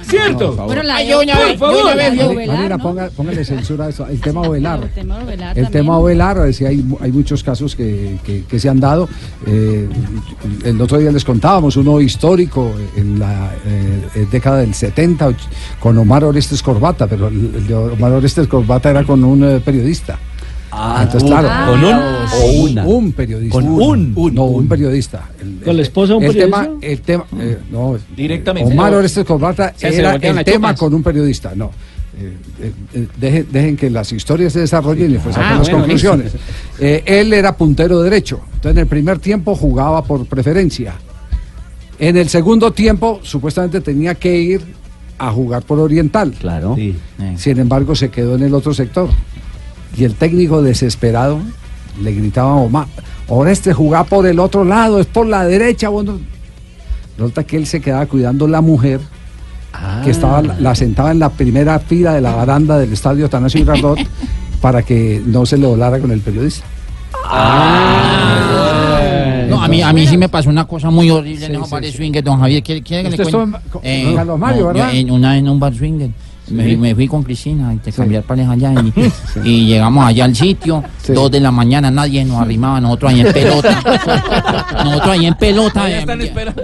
cierto.
Bueno, la
Ay,
de-
doña,
por
ve-
favor.
doña, ve-
La de
Manuela,
Ovelar,
ponga- póngale censura a eso, el tema Ovelar.
Ovelar
El
también.
tema Ovelar, sí, hay, mu- hay muchos casos que, que- que se han dado. Eh, el otro día les contábamos uno histórico en la eh, eh, década del 70 och- con Omar Orestes Corbata, pero el el de Omar Orestes Corbata era con un eh, periodista. Entonces, claro,
¿Con Ah, un o una?
Un periodista.
Con un.
no, un periodista. El-
¿Con la esposa de un
el
periodista?
Tema, el tema, eh, no,
Directamente.
Omar Orestes Corbata
Se- se
era
voltean
el
las
tema
chupas.
con un periodista, no. Eh, eh, eh, dejen, dejen que las historias se desarrollen y pues
Ah,
saquen las
bueno,
conclusiones. Eh, él era puntero derecho, entonces en el primer tiempo jugaba por preferencia. En el segundo tiempo supuestamente tenía que ir a jugar por oriental. Claro. Sin embargo se quedó en el otro sector. Y el técnico desesperado le gritaba a Omar, Oreste, jugá por el otro lado, es por la derecha. Bueno, resulta que él se quedaba cuidando la mujer que estaba la, la sentaba en la primera fila de la baranda del estadio Tanasio Girardot para que no se le volara con el periodista.
No, a mí, a mí sí me pasó una cosa muy horrible en esos bares swinger, don Javier. ¿Quiere, quiere que le
Usted
cuente? Eh,
estuvo en- con- con Carlos Mario,
yo
¿verdad?
en- una vez en un bar swinger. Me,
Sí.
me fui con Cristina y te cambiar pareja allá
<laughs>
y, y llegamos allá al sitio, dos de la mañana, nadie nos arrimaba, nosotros ahí en pelota,
<laughs>
nosotros ahí en pelota, eh,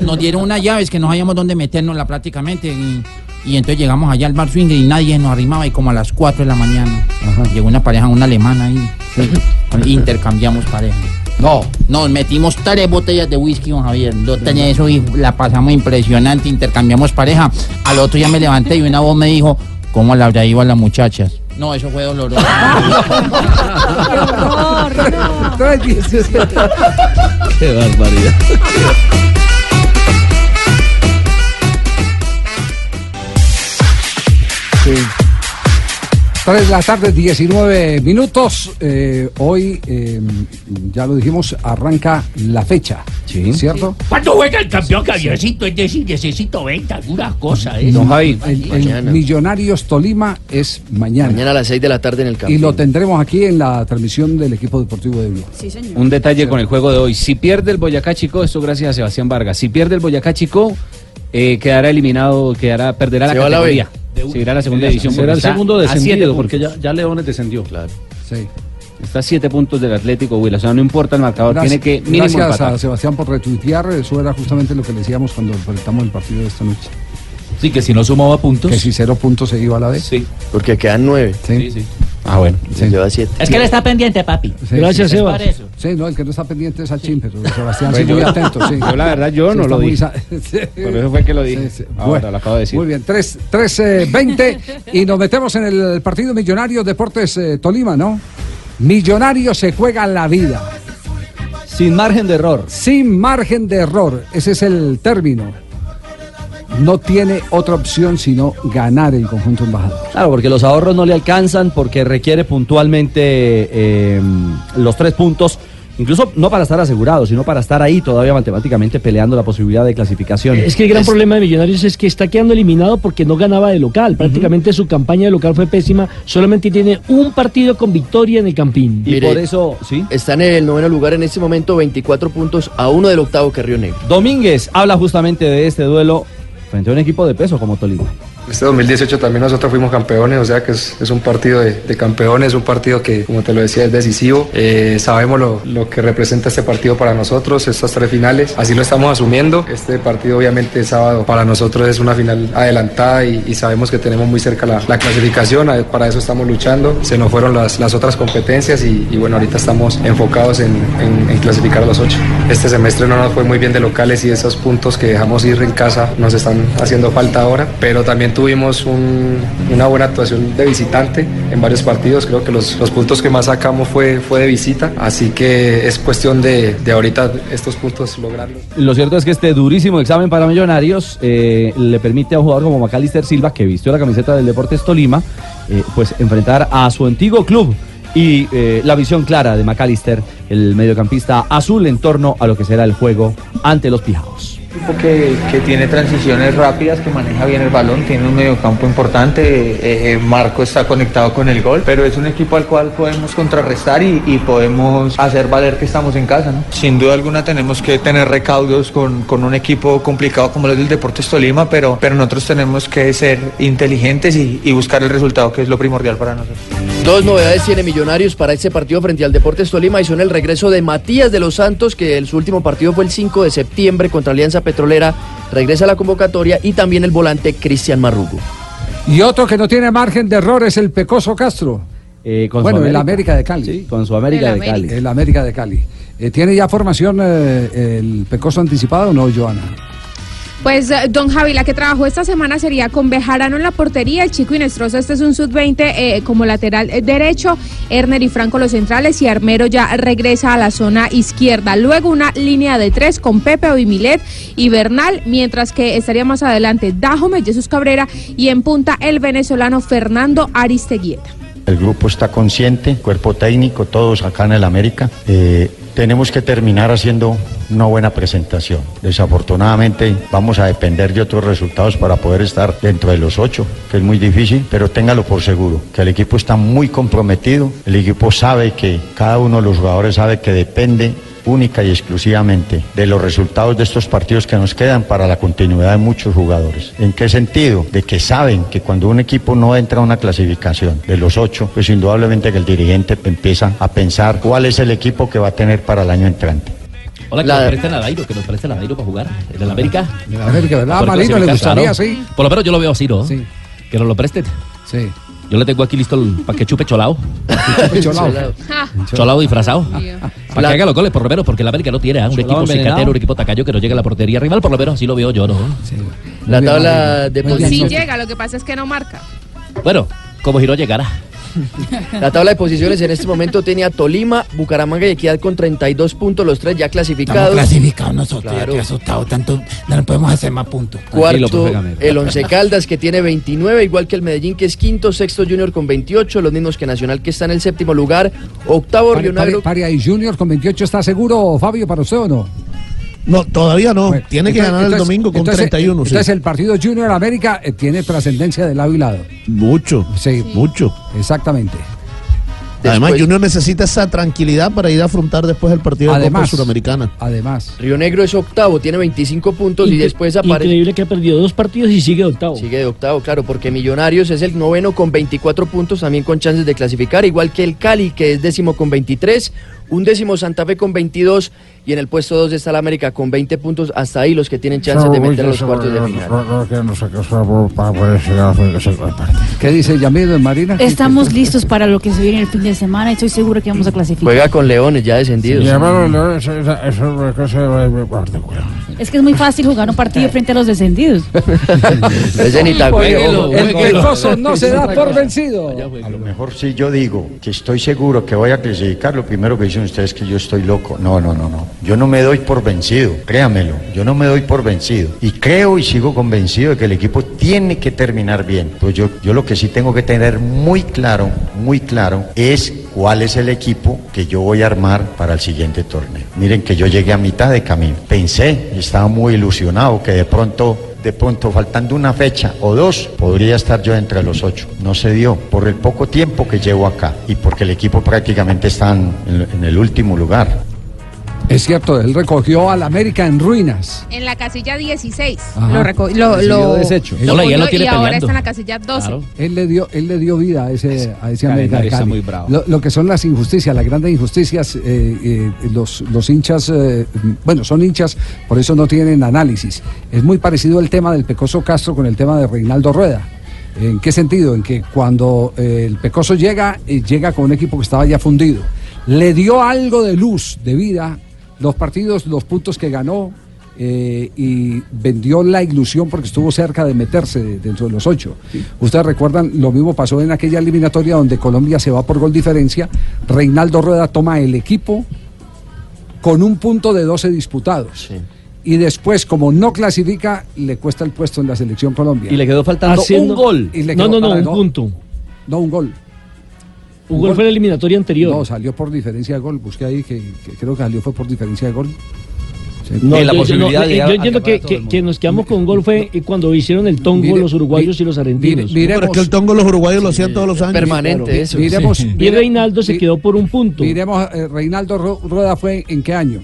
nos dieron unas llaves que no sabíamos dónde meternos la prácticamente y, y entonces llegamos allá al bar swinger y nadie nos arrimaba y como a las 4 de la mañana llegó una pareja, una alemana ahí, intercambiamos pareja. No. Nos metimos tres botellas de whisky, don Javier. Yo tenía eso y la pasamos impresionante, intercambiamos pareja. Al otro día me levanté y una voz me dijo, ¿cómo la habrá ido a las muchachas? No, eso fue
<laughs>
doloroso.
Qué barbaridad.
Sí. Tres de la tarde, 19 minutos. Eh, hoy, eh, ya lo dijimos, arranca la fecha. ¿Cierto?
¿Cuándo juega el campeón Javiercito? Es decir, necesito 20, algunas cosas. ¿eh?
No, El, el Millonarios Tolima es mañana.
Mañana a las 6 de la tarde en el campo.
Y lo tendremos aquí en la transmisión del equipo deportivo de Blue.
Sí, señor.
Un detalle con el juego de hoy. Si pierde el Boyacá Chico, esto gracias a Sebastián Vargas. Si pierde el Boyacá Chico, eh, quedará eliminado, quedará, perderá
Se
la
va a la B.
categoría. Se irá a la segunda división.
Será el
porque está
segundo
a siete
descendido, porque
puntos.
ya, ya Leones descendió.
Está a siete puntos del Atlético Huila. O sea, no importa el marcador,
Gracias,
tiene que mínimo
gracias
empatar.
a Sebastián por retuitear. Eso era justamente lo que le decíamos cuando enfrentamos el partido de esta noche.
Sí, que si no sumaba puntos.
Que si cero puntos se iba a la vez.
Sí.
Porque quedan nueve.
Sí,
sí.
Ah, bueno.
Se lleva siete.
Es que él está pendiente, papi.
Gracias,
Es
Seba.
por eso.
Sí, no, el que no está pendiente es Achín, pero Sebastián
Pues
sí,
yo-
muy atento. Sí.
<laughs> yo la verdad, yo
Sí,
no
está
lo
muy
dije.
sa- <laughs>
Por eso fue que lo dije. Ahora
Bueno,
lo acabo de decir.
Muy bien, 3, 20 y nos metemos en el partido Millonarios Deportes eh, Tolima, ¿no? Millonarios se juega la vida.
Sin margen de error.
Sin margen de error, ese es el término. No tiene otra opción sino ganar el conjunto embajador.
Claro, porque los ahorros no le alcanzan, porque requiere puntualmente eh, los tres puntos, incluso no para estar asegurado, sino para estar ahí todavía matemáticamente peleando la posibilidad de clasificación.
Es que el gran problema de Millonarios es que está quedando eliminado porque no ganaba de local. Prácticamente su campaña de local fue pésima. Solamente tiene un partido con victoria en el Campín.
Mire,
¿sí?
Está en el noveno lugar en este momento, 24 puntos a uno del octavo que Río Negro.
Domínguez habla justamente de este duelo frente a un equipo de peso como Tolima.
Este 2018 también nosotros fuimos campeones, o sea que es, es un partido de, de campeones, un partido que, como te lo decía, es decisivo. Eh, sabemos lo, lo que representa este partido para nosotros, estas tres finales, así lo estamos asumiendo. Este partido obviamente es sábado para nosotros es una final adelantada y, y sabemos que tenemos muy cerca la, la clasificación, a- para eso estamos luchando. Se nos fueron las, las otras competencias y, y bueno, ahorita estamos enfocados en, en- en clasificar a los ocho. Este semestre no nos fue muy bien de locales y esos puntos que dejamos ir en casa nos están haciendo falta ahora, pero también tuvimos un- una buena actuación de visitante en varios partidos, creo que los, los puntos que más sacamos fue, fue de visita, así que es cuestión de, de ahorita estos puntos lograrlos.
Lo cierto es que este durísimo examen para Millonarios eh, le permite a un jugador como Macalister Silva, que vistió la camiseta del Deportes Tolima, eh, pues enfrentar a su antiguo club. Y eh, la visión clara de Macalister, el mediocampista azul, en torno a lo que será el juego ante los Pijaos.
equipo que, que tiene transiciones rápidas, que maneja bien el balón, tiene un mediocampo importante, eh, eh, Marco está conectado con el gol, pero es un equipo al cual podemos contrarrestar y, y podemos hacer valer que estamos en casa. ¿no? Sin duda alguna tenemos que tener recaudos con, con un equipo complicado como el del Deportes Tolima, pero, pero nosotros tenemos que ser inteligentes y- y buscar el resultado, que es lo primordial para nosotros.
Dos novedades tiene Millonarios para este partido frente al Deportes Tolima y son el regreso de Matías de los Santos, que el, su último partido fue el 5 de septiembre contra Alianza Petrolera, regresa a la convocatoria y también el volante Cristian Marrugo.
Y otro que no tiene margen de error es el Pecoso Castro.
Eh, con su
bueno, el América de Cali. Sí,
con su América El de Cali. América.
El América de Cali. Eh, ¿Tiene ya formación eh, el Pecoso anticipado o no, Joana?
Pues eh, don Javi, la que trabajó esta semana sería con Bejarano en la portería, el chico Inestrosa, este es un sub-20 eh, como lateral eh, derecho, Erner y Franco los centrales y Armero ya regresa a la zona izquierda. Luego una línea de tres con Pepe, Ovimilet y Bernal, mientras que estaría más adelante Dajome, Jesús Cabrera y en punta el venezolano Fernando Aristeguieta.
El grupo está consciente, cuerpo técnico, todos acá en el América. Eh, tenemos que terminar haciendo una buena presentación. Desafortunadamente vamos a depender de otros resultados para poder estar dentro de los ocho, que es muy difícil, pero téngalo por seguro, que el equipo está muy comprometido, el equipo sabe que cada uno de los jugadores sabe que depende única y exclusivamente de los resultados de estos partidos que nos quedan para la continuidad de muchos jugadores. ¿En qué sentido? De que saben que cuando un equipo no entra a una clasificación de los ocho, pues indudablemente que el dirigente empieza a pensar cuál es el equipo que va a tener para el año entrante.
Hola, que nos presten a Dairo, que nos presten a Dairo para jugar. En el América.
En el América, ¿verdad?
Por
A Marino le
clasificar,
gustaría,
claro.
sí.
Por lo menos yo lo veo así, ¿no? Que nos lo presten.
Sí.
Yo le tengo aquí listo el pa' que chupe cholao.
Cholao.
Cholao disfrazado. Para que haga los goles, por lo menos, porque el América no tiene ah, un
Cholao
equipo
envenenado.
cicatero, un equipo tacaño que no llega a la portería rival, por lo menos así lo veo yo, ¿no?
La tabla de
Pues Sí
posiciones.
llega, lo que pasa es que no marca.
Bueno, como si no llegara.
La tabla de posiciones en este momento tiene a Tolima, Bucaramanga y Equidad con 32 puntos, los tres ya clasificados.
Estamos clasificados nosotros, ya
Claro.
estoy asustado tanto, no nos podemos hacer más puntos.
Cuarto, el Once Caldas que tiene 29, igual que el Medellín que es quinto, sexto Junior con 28, los mismos que Nacional que está en el séptimo lugar, octavo
Pare,
Río
pare,
Negro.
pare ahí, Junior con 28 está seguro, Fabio, para usted o no?
No, todavía no. Tiene que
Entonces-
ganar el
entonces-
domingo con
entonces-
31. sí.
Entonces el partido Junior América eh, tiene trascendencia de lado y lado.
Mucho.
Sí.
Mucho.
Exactamente.
Además,
Después-
Junior necesita esa tranquilidad para ir a afrontar después el partido de
Además.
Copa Suramericana.
Además.
Río Negro es octavo, tiene 25 puntos y
Incre-
después aparece.
increíble
que ha perdido dos partidos y sigue de octavo. Sigue de octavo, claro, porque Millonarios es el noveno con 24 puntos, también con chances de clasificar, igual que el Cali, que es décimo con 23, un décimo Santa Fe con 22 y en el puesto 2 está la América con 20 puntos, hasta ahí los que tienen chances de meter a los cuartos de final.
¿Qué dice Yamil Marina?
Estamos listos para lo que se viene el fin de semana y estoy seguro que vamos a clasificar.
Juega con Leones, ya descendidos.
Es que es muy fácil jugar
<laughs>
un partido frente a los descendidos.
Ese ni tan
Jueguelo,
huevo.
jueguelo.
El
Coso no se da por vencido.
A lo mejor si yo digo que estoy seguro que voy a clasificar, lo primero que dicen ustedes es que yo estoy loco. No, no, no, no. Yo no me doy por vencido, créamelo. Yo no me doy por vencido. Y creo y sigo convencido de que el equipo tiene que terminar bien. Pues yo, yo lo que sí tengo que tener muy claro, muy claro, es cuál es el equipo que yo voy a armar para el siguiente torneo. Miren que yo llegué a mitad de camino. Pensé, estaba muy ilusionado que de pronto de pronto, faltando una fecha o dos, podría estar yo entre los ocho. No se dio por el poco tiempo que llevo acá y porque el equipo prácticamente está en, en el último lugar.
Es cierto, él recogió al América en ruinas.
En la casilla 16.
Ajá.
Lo reco- lo,
Recibió
lo-
desecho.
lo
Hola, ya lo
cogió
Ah, tiene
y ahora
peleando.
está en la casilla 12.
Él le dio, él le dio vida a ese, a ese América de
está
Cali.
muy bravo.
Lo, lo que son las injusticias, las grandes injusticias, eh, eh, los, los hinchas, eh, bueno, son hinchas, por eso no tienen análisis. Es muy parecido el tema del Pecoso Castro con el tema de Reinaldo Rueda. ¿En qué sentido? En que cuando eh, el Pecoso llega, eh, llega con un equipo que estaba ya fundido. Le dio algo de luz, de vida, los partidos, los puntos que ganó, eh, y vendió la ilusión porque estuvo cerca de meterse de- dentro de los ocho. Ustedes recuerdan, lo mismo pasó en aquella eliminatoria donde Colombia se va por gol diferencia, Reinaldo Rueda toma el equipo con un punto de 12 disputados. Y después, como no clasifica, le cuesta el puesto en la selección Colombia.
Y le quedó faltando un gol.
Y le
No,
quedó-
no, no,
ah,
un
punto. No, un gol.
Un gol fue la eliminatoria anterior.
No, salió por diferencia de gol. Busqué ahí que, que creo que salió fue por diferencia de gol.
No,
Sí.
yo- yo- no, eh, yo entiendo que, que, que nos quedamos con un gol fue eh, cuando hicieron el tongo
Mire,
los uruguayos y los argentinos.
mire- Pero es que el
tongo los uruguayos lo hacían todos los años.
Claro. Miremos,
Y Reinaldo se quedó por un punto.
Miremos, eh, Reinaldo Ro- Rueda fue en qué año?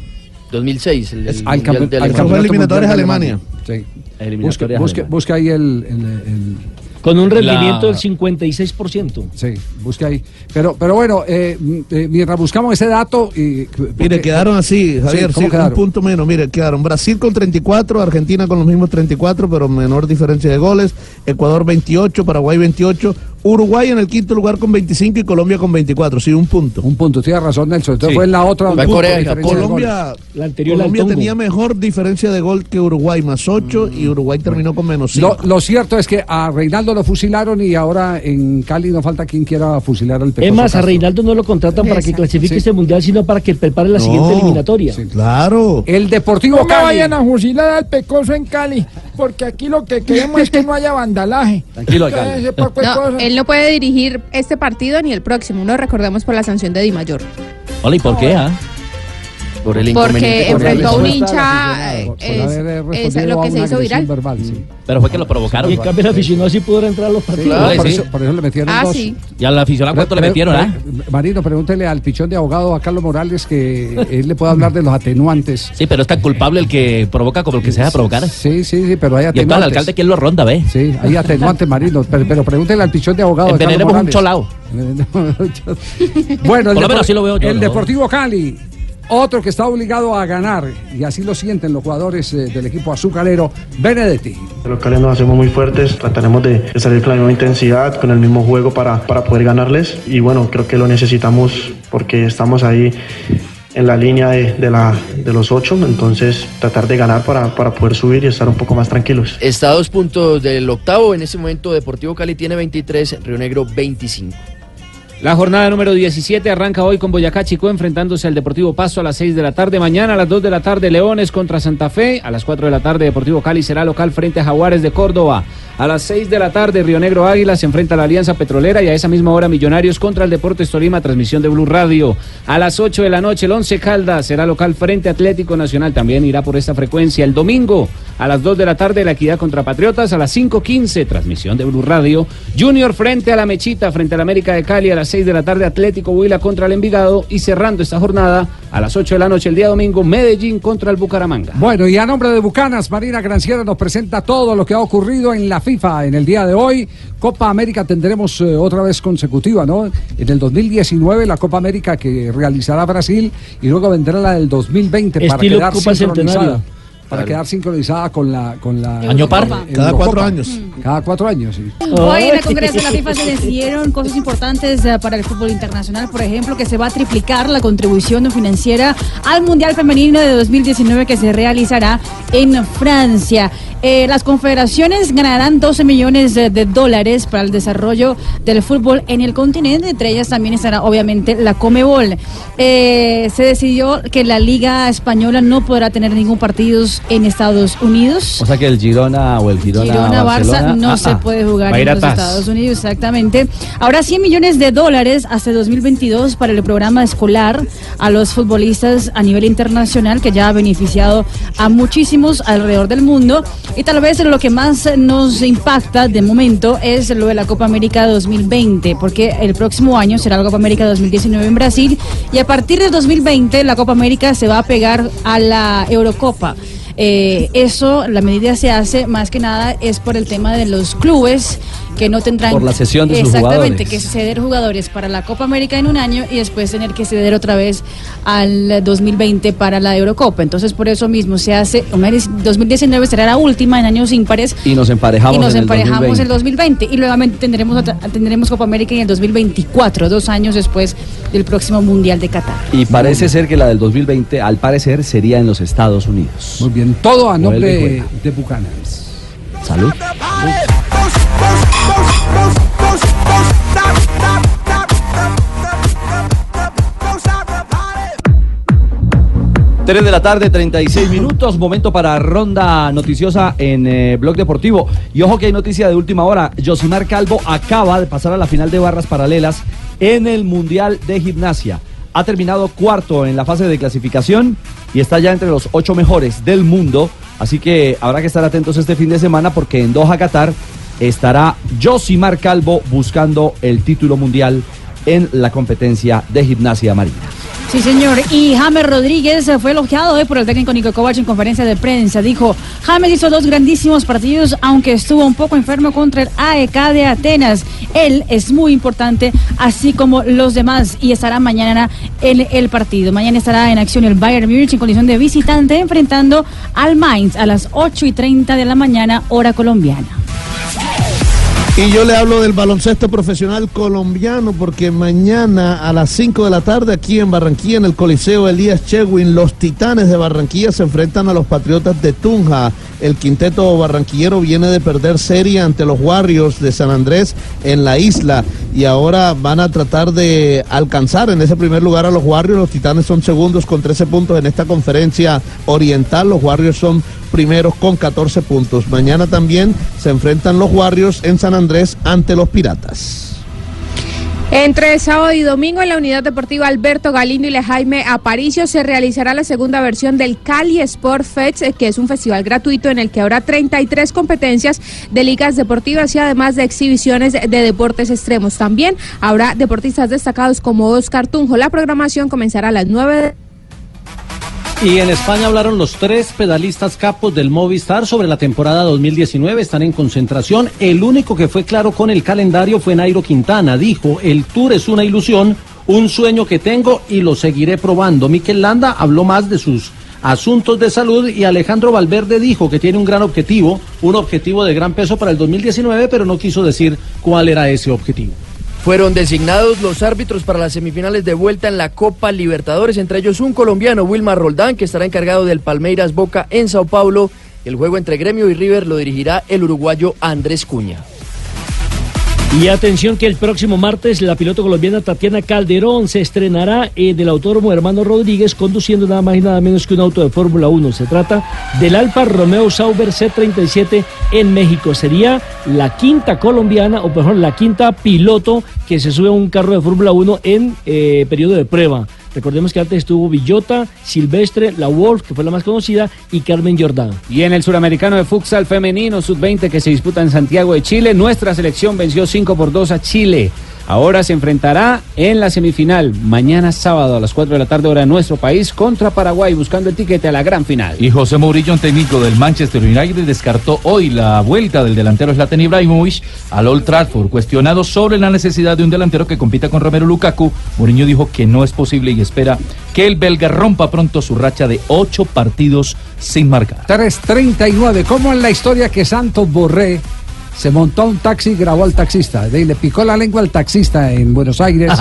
2006, el, el
Al campe-
Mundial de
al
Alemania.
campeonato mundial de Alemania. Sí.
Eliminatorias
Busca, busque-
Alemania.
busca ahí el, el- el-
Con un rendimiento del 56%.
Sí, busca ahí. Pero, pero bueno, eh, mm, eh, mientras buscamos ese dato. Y,
Mire, quedaron así, Javier, sí,
¿cómo
un
quedaron?
punto menos. Mire, quedaron Brasil con 34, Argentina con los mismos 34, pero menor diferencia de goles. Ecuador 28, Paraguay 28, Uruguay en el quinto lugar con 25 y Colombia con 24. Sí, un punto.
Un punto, tiene razón, Nelson. Entonces
Sí.
fue en la otra.
Un
un punto
punto.
de diferencia de
Colombia,
goles.
Colombia tenía mejor diferencia de gol que Uruguay, más 8,
Mm,
y Uruguay terminó con menos 5.
Lo, lo cierto es que a Reinaldo lo fusilaron y ahora en Cali no falta quien quiera fusilar al Pecoso
Es más, a
Castro.
Reinaldo no lo contratan para que
Exacto.
clasifique
Sí.
este mundial, sino para que prepare la
No,
siguiente eliminatoria.
sí,
claro.
El Deportivo
No me
Cali.
vayan a fusilar al pecoso en Cali.
porque aquí lo que queremos es que no haya vandalaje.
Tranquilo,
Entonces,
alcalde.
Eh,
Eh,
ese
<laughs>
poco de
No,
cosas-
él no puede dirigir este partido ni el próximo. No recordemos por la sanción de Di Mayor.
Hola, ¿y por qué? ah?
Por el
Porque enfrentó a un
respuesta
hincha. eh,
Por haber, eh,
es- es
respondido
lo
a
que se
una
hizo
agresión
viral.
verbal, sí.
Pero fue que lo provocaron.
Y en cambio el aficionado sí pudo entrar a los partidos.
Claro,
Sí,
por,
sí.
Eso, por eso le metieron
Ah,
dos.
sí.
¿Y al aficionado cuánto le
Pre-
metieron?
pre-
ah?
Marino, pregúntele al pichón de abogado a Carlos Morales que él le puede hablar de los atenuantes.
Sí, pero es tan culpable el que provoca como el que se deja provocar.
Sí, sí, sí, pero hay
Y entonces
atenuantes.
el alcalde, ¿quién lo ronda, ve?
Sí, hay atenuantes, Marino. Pero, pero pregúntele al pichón de abogado. a Carlos
Envenenemos un
Morales.
cholao.
Bueno, el,
Por lo
Depor-
menos así lo veo yo,
el
¿no?
Deportivo Cali, otro que está obligado a ganar, y así lo sienten los jugadores eh, del equipo azucarero, Benedetti.
Los locales nos hacemos muy fuertes, trataremos de, de salir con la misma intensidad, con el mismo juego para, para poder ganarles y bueno, creo que lo necesitamos porque estamos ahí en la línea de, de la, de los ocho, entonces tratar de ganar para, para poder subir y estar un poco más tranquilos.
Está a dos puntos del octavo. En este momento Deportivo Cali tiene 23, Río Negro 25.
La jornada número 17 arranca hoy con Boyacá Chico enfrentándose al Deportivo Paso a las 6 de la tarde. Mañana a las 2 de la tarde Leones contra Santa Fe. A las 4 de la tarde Deportivo Cali será local frente a Jaguares de Córdoba. A las 6 de la tarde Río Negro Águila se enfrenta a la Alianza Petrolera y a esa misma hora Millonarios contra el Deportes Tolima, transmisión de Blue Radio. A las 8 de la noche el Once Caldas será local frente a Atlético Nacional. También irá por esta frecuencia el domingo a las 2 de la tarde la Equidad contra Patriotas. A las 5.15 transmisión de Blue Radio. Junior frente a la Mechita, frente al América de Cali. A las 6 de la tarde, Atlético Huila contra el Envigado. Y cerrando esta jornada, a las 8 de la noche, el día domingo, Medellín contra el Bucaramanga.
Bueno, y a nombre de Bucanas, Marina Granciera nos presenta todo lo que ha ocurrido en la FIFA en el día de hoy. Copa América tendremos eh, otra vez consecutiva, ¿no? En el 2019 la Copa América que realizará Brasil y luego vendrá la del 2020 para
Estilo
quedar
Copa
sincronizada.
Centenario.
Para
Claro.
quedar sincronizada con la... Con la
Año par.
Eurocopa.
Cada cuatro
años.
Cada cuatro años, sí.
Hoy en el Congreso de la FIFA se decidieron cosas importantes eh, para el fútbol internacional, por ejemplo, que se va a triplicar la contribución financiera al Mundial Femenino de 2019 que se realizará en Francia. Eh, las confederaciones ganarán 12 millones de, de dólares para el desarrollo del fútbol en el continente, entre ellas también estará obviamente la Comebol. Eh, se decidió que la Liga Española no podrá tener ningún partido en Estados Unidos.
O sea que el Girona o el Girona,
Girona
Barcelona,
Barça no
ah,
se
ah,
puede
va
jugar
a ir
en
a
los
TAS.
Estados Unidos, exactamente. Ahora 100 millones de dólares hasta el 2022 para el programa escolar a los futbolistas a nivel internacional que ya ha beneficiado a muchísimos alrededor del mundo y tal vez lo que más nos impacta de momento es lo de la Copa América 2020 porque el próximo año será la Copa América 2019 en Brasil y a partir de 2020 la Copa América se va a pegar a la Eurocopa. Eh, eso, la medida se hace más que nada es por el tema de los clubes que no tendrán.
Por la cesión de sus
Exactamente,
jugadores.
que ceder jugadores para la Copa América en un año y después tener que ceder otra vez al 2020 para la Eurocopa. Entonces, por eso mismo se hace. una dis- 2019 será la última en años impares
Y nos emparejamos
y nos
en el
emparejamos
2020.
el 2020. Y nuevamente tendremos, otra- tendremos Copa América en el 2024, dos años después del próximo Mundial de Qatar.
Y parece ser que la del 2020, al parecer, sería en los Estados Unidos.
Muy bien, todo a
Vuelve y
nombre
juega.
de Bucanas.
Salud. Tres de la tarde, 36 minutos, momento para ronda noticiosa en eh, Blog Deportivo. Y ojo que hay noticia de última hora. Josimar Calvo acaba de pasar a la final de barras paralelas en el Mundial de Gimnasia. Ha terminado cuarto en la fase de clasificación y está ya entre los ocho mejores del mundo. Así que habrá que estar atentos este fin de semana porque en Doha, Qatar, estará Josimar Calvo buscando el título mundial en la competencia de gimnasia marina.
Sí, señor. Y James Rodríguez fue elogiado hoy por el técnico Nico Kovac en conferencia de prensa. Dijo, James hizo dos grandísimos partidos, aunque estuvo un poco enfermo contra el AEK de Atenas. Él es muy importante, así como los demás, y estará mañana en el partido. Mañana estará en acción el Bayern Múnich en condición de visitante, enfrentando al Mainz a las 8 y 30 de la mañana, hora colombiana.
Y yo le hablo del baloncesto profesional colombiano porque mañana a las 5 de la tarde aquí en Barranquilla, en el Coliseo Elías Chewin, los Titanes de Barranquilla se enfrentan a los Patriotas de Tunja. El quinteto barranquillero viene de perder serie ante los Warriors de San Andrés en la isla y ahora van a tratar de alcanzar en ese primer lugar a los Warriors. Los Titanes son segundos con 13 puntos en esta conferencia oriental. Los Warriors son primeros con 14 puntos. Mañana también se enfrentan los Warriors en San Andrés ante los Piratas.
Entre sábado y domingo en la Unidad Deportiva Alberto Galindo y Jaime Aparicio se realizará la segunda versión del Cali Sport Fest, eh, que es un festival gratuito en el que habrá 33 competencias de ligas deportivas y además de exhibiciones de deportes extremos. También habrá deportistas destacados como Oscar Tunjo. La programación comenzará a las 9 de
Y en España hablaron los tres pedalistas capos del Movistar sobre la temporada 2019. Están en concentración. El único que fue claro con el calendario fue Nairo Quintana. Dijo, el Tour es una ilusión, un sueño que tengo y lo seguiré probando. Miquel Landa habló más de sus asuntos de salud y Alejandro Valverde dijo que tiene un gran objetivo, un objetivo de gran peso para el 2019, pero no quiso decir cuál era ese objetivo.
Fueron designados los árbitros para las semifinales de vuelta en la Copa Libertadores, entre ellos un colombiano, Wilmar Roldán, que estará encargado del Palmeiras Boca en Sao Paulo. El juego entre Gremio y River lo dirigirá el uruguayo Andrés Cuña.
Y atención que el próximo martes la piloto colombiana Tatiana Calderón se estrenará en el autódromo Hermano Rodríguez conduciendo nada más y nada menos que un auto de Fórmula 1. Se trata del Alfa Romeo Sauber C37 en México. Sería la quinta colombiana, o mejor, la quinta piloto que se sube a un carro de Fórmula 1 en eh, periodo de prueba. Recordemos que antes estuvo Villota, Silvestre, La Wolf, que fue la más conocida, y Carmen Jordán.
Y en el suramericano de futsal femenino sub-20 que se disputa en Santiago de Chile, nuestra selección venció 5 por 2 a Chile. Ahora se enfrentará en la semifinal, mañana sábado a las 4 de la tarde hora de nuestro país contra Paraguay buscando el tiquete a la gran final.
Y José Mourinho, un técnico del Manchester United, descartó hoy la vuelta del delantero Zlatan Ibrahimovic al Old Trafford. Cuestionado sobre la necesidad de un delantero que compita con Romero Lukaku, Mourinho dijo que no es posible y espera que el belga rompa pronto su racha de ocho partidos sin marcar.
3.39, como en la historia que Santos Borré se montó a un taxi y grabó al taxista. De- Le picó la lengua al taxista en Buenos Aires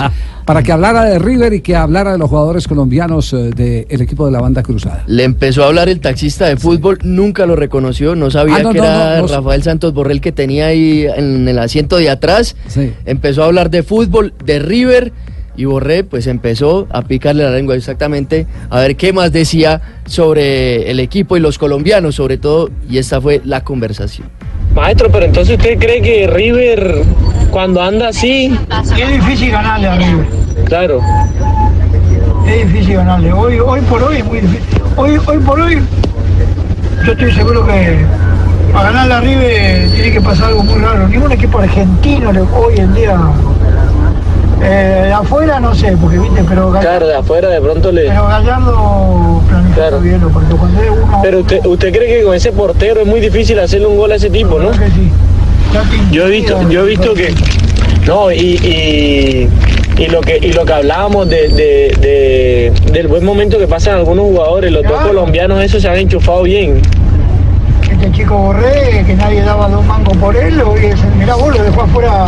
para que hablara de River y que hablara de los jugadores colombianos eh, del equipo de la banda cruzada.
Le empezó a hablar el taxista de fútbol, nunca lo reconoció, no sabía
Ah, no,
que
no,
era
no, no.
Rafael Santos Borrell que tenía ahí en el asiento de atrás. Empezó a hablar de fútbol, de River, y Borré pues empezó a picarle la lengua exactamente, a ver qué más decía sobre el equipo y los colombianos sobre todo, y esta fue la conversación.
Maestro, pero entonces usted cree que River, cuando anda así.
Es difícil ganarle a River.
Claro.
Es difícil ganarle. Hoy, hoy por hoy es muy difícil. Hoy, hoy por hoy, yo estoy seguro que para ganarle a River tiene que pasar algo muy raro. Ningún equipo argentino le- hoy en día. eh, de afuera no sé, porque viste, pero Gallardo,
Claro, de afuera de pronto le.
pero Gallardo planificó bien, porque cuando es uno
Pero usted, usted cree que con ese portero es muy difícil hacerle un gol a ese tipo, ¿no? Yo he visto, yo he visto que. No, y, y, y lo que y lo que hablábamos de, de- de- del buen momento que pasan algunos jugadores, los dos colombianos, eso se han enchufado bien.
este chico Borré, que nadie daba dos mangos por él, hoy es, mirá vos lo dejó afuera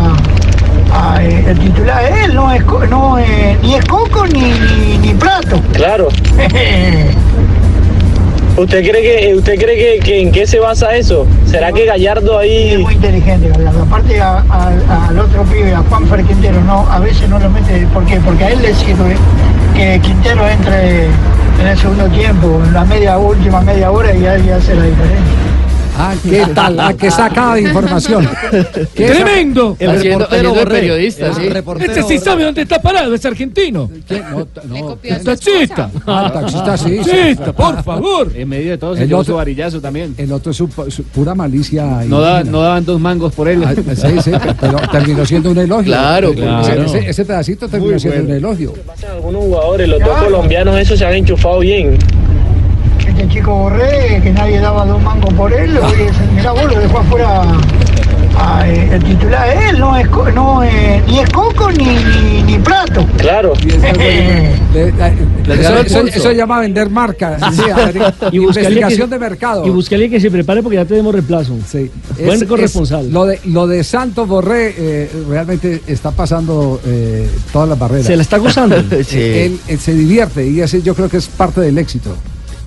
a, eh, el titular él, no es, co- no, eh, ni es Coco ni, ni, ni Prato.
Claro. ¿Usted cree que usted cree que, que en qué se basa eso? ¿Será que Gallardo ahí
Muy <laughs> inteligente, Gallardo. Aparte a- a- al otro pibe, a Juan Fer Quintero, no, a veces no lo mete, ¿por qué? Porque a él le sirve que Quintero entre en el segundo tiempo, en la media última media hora y ahí hace la diferencia.
Ah, ¿qué tal? Ah, que sacada de información.
¡Tremendo!
El Haciendo- reportero haciendo el Borré. periodista, El sí. reportero
Este sí
Borré.
sabe dónde está parado, es argentino.
El
taxista.
Ah, taxista, sí.
Taxista, por favor.
En medio de todo se
El
llevó
otro-
su varillazo también.
El otro es su, su pura malicia.
No, da-
indígena.
no daban dos mangos por él.
Ah, sí, sí, pero terminó siendo un elogio.
Claro,
Ese-
claro.
Ese, ese pedacito terminó
Muy
siendo
bueno.
un elogio.
algunos jugadores, los dos colombianos, eso se han enchufado bien?
Este chico Borré, que nadie daba dos mangos por él, hoy es, mirá vos lo dejó afuera a, eh, el titular él, no es, co- no, eh, ni es Coco ni, ni, ni Prato.
Claro. Eh.
Le- la-
dio
eso,
el
eso-
pulso.
eso llama vender
<laughs>
marca. Sí, a ver,
y buscarle que,
investigación de mercado.
Y buscarle que se prepare porque ya tenemos reemplazo. Buen
Es-
corresponsal.
es- lo, de, lo de Santos Borré eh, realmente está pasando eh, todas las barreras.
Se la está gozando.
<laughs> Sí. Él, él se divierte y ese yo creo que es parte del éxito.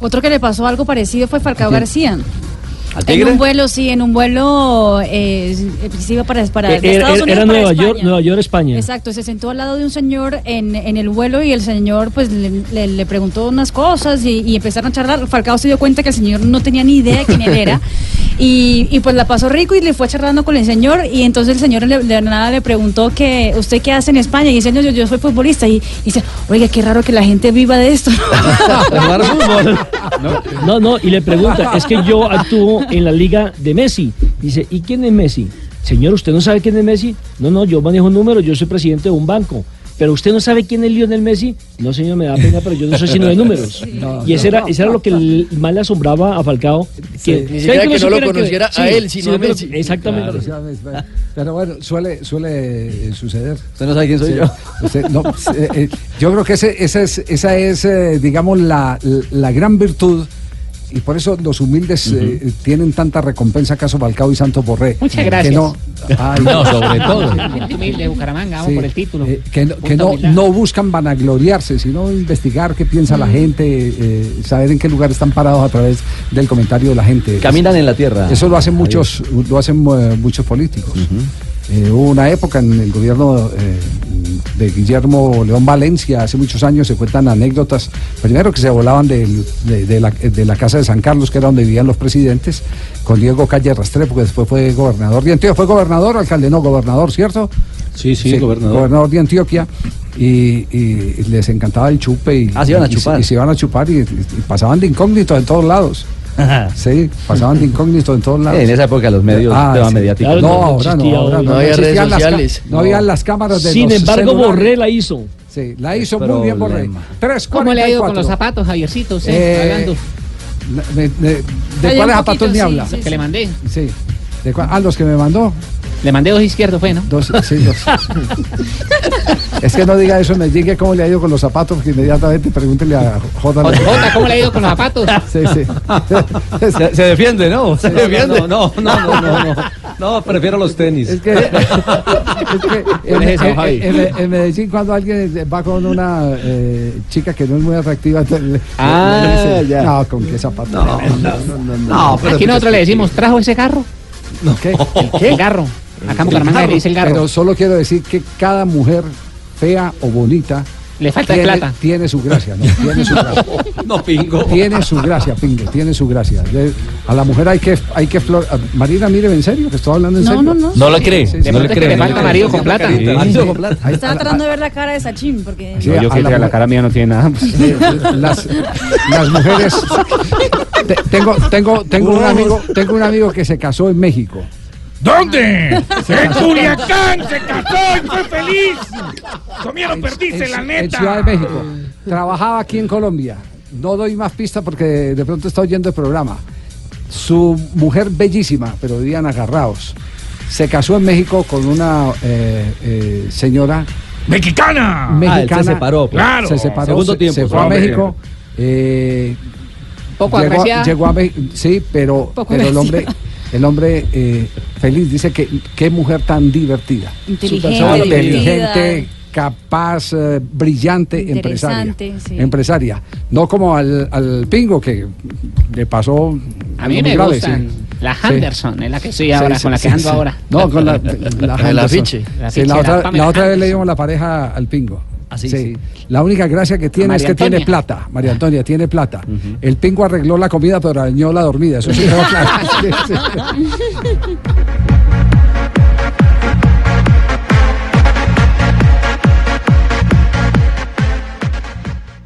Otro que le pasó algo parecido fue Falcao
¿A quién?
García. En un vuelo, sí, en un vuelo eh, se iba para, para de
Eh, Era,
Estados
era- er, era
Unidos para
Nueva
España.
York, Nueva York, España.
Exacto, se sentó al lado de un señor en, en el vuelo y el señor pues le, le- le preguntó unas cosas y, y empezaron a charlar. Falcao se dio cuenta que el señor no tenía ni idea de quién él era y, y, pues la pasó rico y le fue charlando con el señor y entonces el señor le, de nada le preguntó que usted qué hace en España y dice no, yo, yo soy futbolista y, y dice, oiga, qué raro que la gente viva de esto.
<laughs>
No, no, y le pregunta, es que yo actúo en la liga de Messi. Dice, ¿y quién es Messi? Señor, ¿usted no sabe quién es Messi? No, no, yo manejo números, yo soy presidente de un banco. Pero usted no sabe quién es Lionel Messi. No, señor, me da pena, pero yo no soy sino de números.
Sí. No,
y ese,
no,
era, ese era lo que el- más le asombraba a Falcao.
Sí, Pues, ni siquiera
¿sabe
que no lo
supiera
conociera
sí,
a él, sino a
que lo-
Messi.
Exactamente.
Pero bueno, suele, suele eh, suceder.
Usted no sabe quién soy
Sí.
yo.
Usted- no, pues, eh, eh, yo creo que ese- esa es, esa es eh, digamos, la, la gran virtud. Y por eso los humildes eh, tienen tanta recompensa, caso Balcao y Santos Borré.
Muchas
Que
<laughs>
gracias.
no-
Ah,
Ay,
No, sobre
<laughs>
todo.
<laughs>
Gente humilde de Bucaramanga, vamos
Sí,
por el título.
eh, que no, que
Punta
no,
humildad.
no buscan vanagloriarse, sino investigar qué piensa la gente, eh, saber en qué lugar están parados a través del comentario de la gente.
Caminan en la tierra.
Eso lo hacen
Ahí.
muchos, lo hacen eh, muchos políticos. Eh, hubo una época en el gobierno eh, de Guillermo León Valencia, hace muchos años, se cuentan anécdotas, primero que se volaban del- de, de la, de la casa de San Carlos, que era donde vivían los presidentes, con Diego Calle Rastré, porque después fue gobernador de Antioquia, fue gobernador, alcalde, no, gobernador, ¿cierto?
Sí, sí, gobernador.
de Antioquia. Y, y les encantaba el chupe y,
Ah, se iban a
y- y
chupar.
y se iban a chupar y, y pasaban de incógnitos en todos lados. Sí, pasaban de incógnitos en todos lados.
En esa época los medios
Ah,
estaban
sí.
mediáticos.
No, ahora no, ahora no. existían las
Ah,
ca- No, había las cámaras de
Sin
los
embargo,
celulares.
Borré la hizo.
Sí, la hizo muy bien Borré.
Problema.
Tres,
¿Cómo le ha ido con
44.
los zapatos, Javiercito? Usted,
Eh,
hablando.
de, de- de
Hay un
cuáles
poquito,
zapatos ni
sí,
habla?
sí, Que sí. le mandé.
Sí. ¿De cuál? Ah, los que me mandó.
Le mandé dos izquierdos, fue, ¿no?
Dos, sí,
<laughs>
dos. es que no diga eso, me llegue cómo le ha ido con los zapatos, porque inmediatamente pregúntele a J.
Jota, ¿cómo le ha ido con los
<laughs>
zapatos?
Sí, sí.
Se, se defiende, ¿no? Se
<laughs>
Sí, no,
defiende.
no,
No, no, no, no, no. No, prefiero los tenis. Es
que. En,
Eres eso,
en-
Javi.
en- eh, en Medellín, cuando alguien va con una eh, chica que no es muy atractiva, te- le-
Ah,
le dice,
ya.
no, con qué zapato. No, no, no.
No, Aquí nosotros le decimos, ¿trajo ese garro?
¿Qué?
El garro. Acá en Bucaramanga le dice el garro.
Pero solo quiero decir que cada mujer fea o bonita.
Le falta
tiene,
plata.
Tiene su gracia, ¿no? Tiene su gracia.
No, pingo.
Tiene su gracia, Pingo, tiene su gracia. Le- a la mujer hay que, hay que flor- a- Marina, mire, en serio, que estoy hablando en
No,
serio.
no, no.
No le cree,
Sí,
no
sí,
le
sí.
cree. no le cree. Sí.
Ahí está.
Estaba tratando de ver la cara de Sachin porque...
Sí, a la mujer-
cara mía no tiene nada.
pues.
<laughs>
las, las mujeres. Te- tengo, tengo, tengo un amigo, tengo un amigo que se casó en México.
¿Dónde? En Culiacán se casó y fue feliz.
Ah,
Comieron perdices, la
en
neta.
Ciudad de México. Trabajaba aquí en Colombia. No doy más pista porque de pronto está oyendo el programa. Su mujer bellísima, pero vivían agarrados. Se casó en México con una eh, eh, señora
Mexicana.
mexicana.
él se separó, pues.
Claro.
Se separó.
Segundo
se,
tiempo,
se fue a
hombre.
México. eh,
Poco
llegó,
agraciada.
llegó a México. Sí, pero,
Poco
pero el hombre,
agraciada.
el hombre eh, feliz dice que qué mujer tan divertida.
Inteligente,
Súper
divertida.
inteligente, capaz, eh, brillante, empresaria. Em-
Interesante, sí.
Empresaria. No como al, al pingo que le pasó.
A
algo
mí
muy
me
grave,
gustan
sí.
las
Sí.
Anderson, es la que soy
Sí,
ahora,
sí,
con la
sí,
que ando
sí.
ahora.
No, con la,
<laughs>
la
El
Henderson.
afiche.
Sí,
El
la
afiche, la
otra,
Pamela
la otra vez le dimos la pareja al pingo.
Así,
Ah, Sí. La única gracia que tiene
María
es que tiene
Antonia.
plata. María Antonia tiene plata. El pingo arregló la comida, pero dañó la dormida. Eso
<laughs>
sí quedó claro. Sí, sí.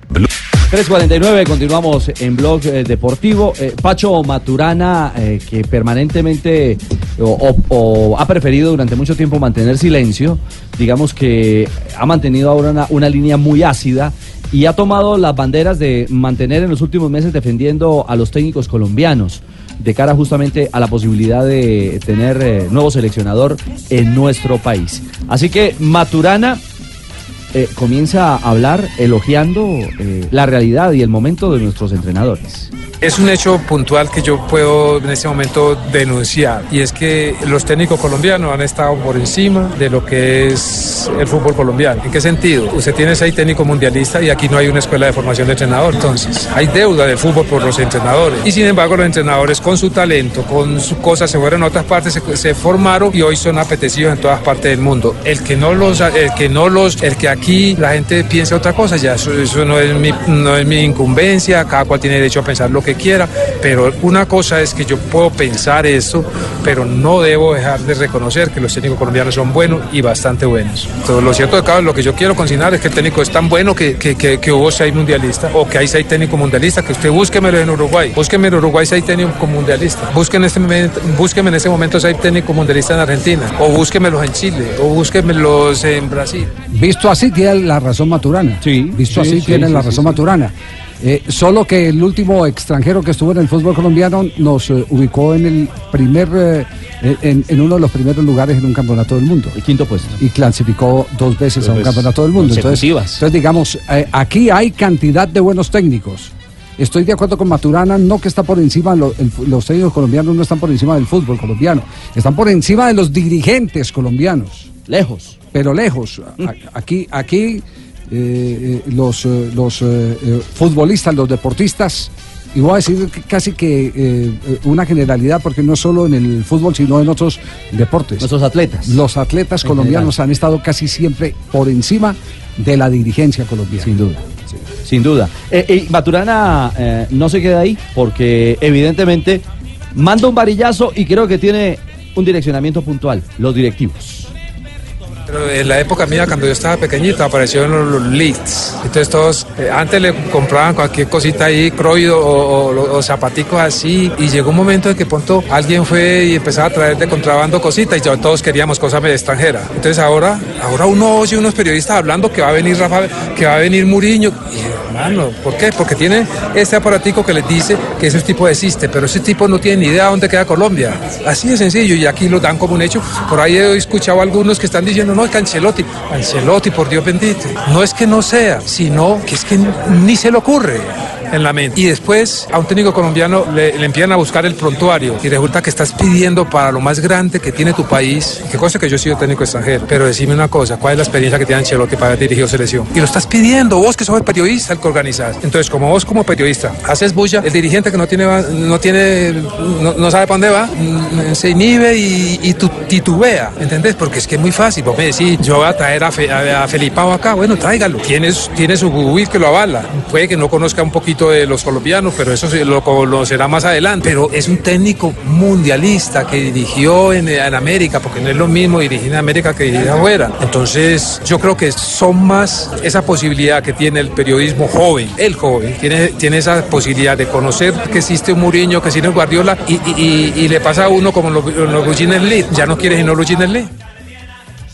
Blue. 3.49, continuamos en Blog eh, Deportivo. Eh, Pacho Maturana, eh, que permanentemente eh, o, o- o ha preferido durante mucho tiempo mantener silencio, digamos que ha mantenido ahora una, una línea muy ácida y ha tomado las banderas de mantener en los últimos meses defendiendo a los técnicos colombianos de cara justamente a la posibilidad de tener eh, nuevo seleccionador en nuestro país. Así que Maturana eh, comienza a hablar elogiando eh, la realidad y el momento de nuestros entrenadores.
Es un hecho puntual que yo puedo en este momento denunciar y es que los técnicos colombianos han estado por encima de lo que es el fútbol colombiano. ¿En qué sentido? Usted tiene seis técnicos mundialistas y aquí no hay una escuela de formación de entrenador, entonces hay deuda del fútbol por los entrenadores. Y sin embargo los entrenadores con su talento, con sus cosas, se fueron a otras partes, se, se formaron y hoy son apetecidos en todas partes del mundo. El que no los, el que no los, el que aquí la gente piense otra cosa, ya eso, eso no, es mi, no es mi incumbencia, cada cual tiene derecho a pensar lo que quiera, pero una cosa es que yo puedo pensar esto, pero no debo dejar de reconocer que los técnicos colombianos son buenos y bastante buenos. Entonces, lo cierto de cada lo que yo quiero consignar es que el técnico es tan bueno que, que, que, que hubo seis mundialistas o que hay seis técnicos mundialistas, que usted búsquemelo en Uruguay, búsqueme en Uruguay seis técnicos mundialistas, búsqueme en este momento, búsqueme en este momento seis técnicos mundialistas en Argentina, o búsquemelos en Chile, o búsquemelos en Brasil.
Visto así tiene la razón Maturana. Sí. Visto
sí,
así
sí,
tiene
sí,
la
sí,
razón Maturana. Eh, solo que el último extranjero que estuvo en el fútbol colombiano nos eh, ubicó en el primer eh, en, en uno de los primeros lugares en un campeonato del mundo. El
quinto puesto.
Y clasificó dos veces
Dos
a un
veces
campeonato del mundo. Entonces,
consecutivas.
entonces digamos, eh, aquí hay cantidad de buenos técnicos. Estoy de acuerdo con Maturana, no que está por encima, lo- el fu- los técnicos colombianos no están por encima del fútbol colombiano, están por encima de los dirigentes colombianos.
Lejos.
Pero lejos. A- Aquí, aquí eh, eh, los, eh, los eh, eh, futbolistas, los deportistas, y voy a decir que casi que eh, eh, una generalidad, porque no solo en el fútbol, sino en otros deportes.
Nuestros atletas.
Los atletas
En
colombianos han estado casi siempre por encima de la dirigencia colombiana. Sin
duda. Sin duda. Eh, eh, Maturana eh, no se queda ahí porque evidentemente manda un varillazo y creo que tiene un direccionamiento puntual, los directivos.
Pero en la época mía, cuando yo estaba pequeñito, aparecieron los, los leads. Entonces todos, eh, antes le compraban cualquier cosita ahí, croido o, o- o zapaticos así. Y llegó un momento en que pronto alguien fue y empezaba a traer de contrabando cositas y ya todos queríamos cosas medio extranjeras. Entonces ahora, ahora uno oye unos periodistas hablando que va a venir Rafa, que va a venir Muriño. Y hermano, ¿por qué? Porque tiene este aparatico que les dice que ese tipo existe, pero ese tipo no tiene ni idea dónde queda Colombia. Así de sencillo, y aquí lo dan como un hecho. Por ahí he escuchado algunos que están diciendo, no, es Cancelotti. Cancelotti, por Dios bendito. No es que no sea, sino que es que ni se le ocurre en la mente. Y después a un técnico colombiano le, le empiezan a buscar el prontuario y resulta que estás pidiendo para lo más grande que tiene tu país, que cosa que yo he sido técnico extranjero, pero decime una cosa, ¿cuál es la experiencia que tiene Ancelotti para haber dirigido selección? Y lo estás pidiendo, vos que sos el periodista el que organizas. Entonces, como vos como periodista haces bulla, el dirigente que no tiene, va- no tiene, no, no sabe para dónde va, mm, se inhibe y, y tu- titubea, ¿entendés? Porque es que es muy fácil, vos me decís, yo voy a traer a, Fe- a, a Felipao acá, Ah, bueno, tráigalo, tienes, tiene su Google que lo avala, puede que no conozca un poquito de los colombianos, pero eso sí lo conocerá más adelante, pero es un técnico mundialista que dirigió en, en América, porque no es lo mismo dirigir en América que dirigir afuera, entonces yo creo que son más esa posibilidad que tiene el periodismo joven, el joven, tiene, tiene esa posibilidad de conocer que existe un Muriño, que existe un Guardiola, y, y- y- y le pasa a uno como en los, en los Guggenes League, ya no quieres ir a los Guggenes League.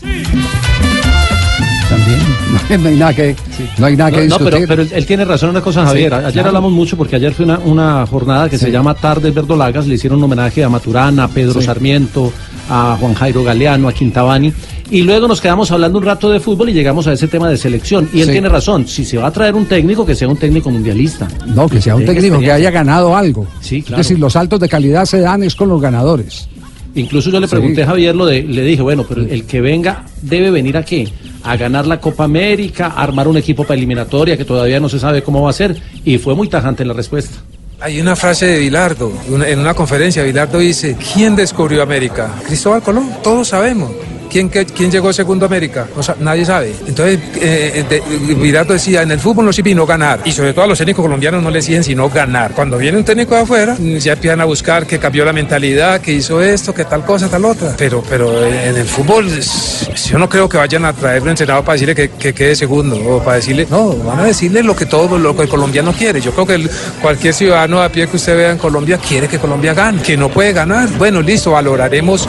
<laughs> no hay nada que, no hay nada Ah, que
No, no,
discutir.
pero, pero él- él tiene razón en una cosa, Javier.
Sí,
ayer
claro.
hablamos mucho porque ayer fue una, una jornada que se llama Tardes Verdolagas. Le hicieron un homenaje a Maturana, a Pedro
Sí.
Sarmiento, a Juan Jairo Galeano, a Quintabani. Y luego nos quedamos hablando un rato de fútbol y llegamos a ese tema de selección. Y él
Sí.
tiene razón. Si se va a traer un técnico, que sea un técnico mundialista.
No, que sea un
Tenga
técnico que
experiencia.
haya ganado algo.
Sí, claro.
Es decir, los saltos de calidad se dan es con los ganadores.
Incluso yo le
Sí.
pregunté a Javier lo de, le dije, bueno, pero el que venga debe venir a qué? A ganar la Copa América, a armar un equipo para eliminatoria que todavía no se sabe cómo va a ser. Y fue muy tajante la respuesta.
Hay una frase de Bilardo, una- en una conferencia, Bilardo dice, ¿quién descubrió América? Cristóbal Colón, todos sabemos. ¿Quién, qué- quién llegó segundo a América? No sa- nadie sabe. Entonces, eh, de- de- Bilardo decía, en el fútbol no sirve no ganar. Y sobre todo a los técnicos colombianos no les siguen sino ganar. Cuando viene un técnico de afuera, mm, ya empiezan a buscar que cambió la mentalidad, que hizo esto, que tal cosa, tal otra. Pero, pero eh, en el fútbol, es- yo no creo que vayan a traer un entrenador para decirle que, que quede segundo o para decirle, no, van a decirle lo que todo lo que el colombiano quiere. Yo creo que el- cualquier ciudadano a pie que usted vea en Colombia quiere que Colombia gane, que no puede ganar. Bueno, listo, valoraremos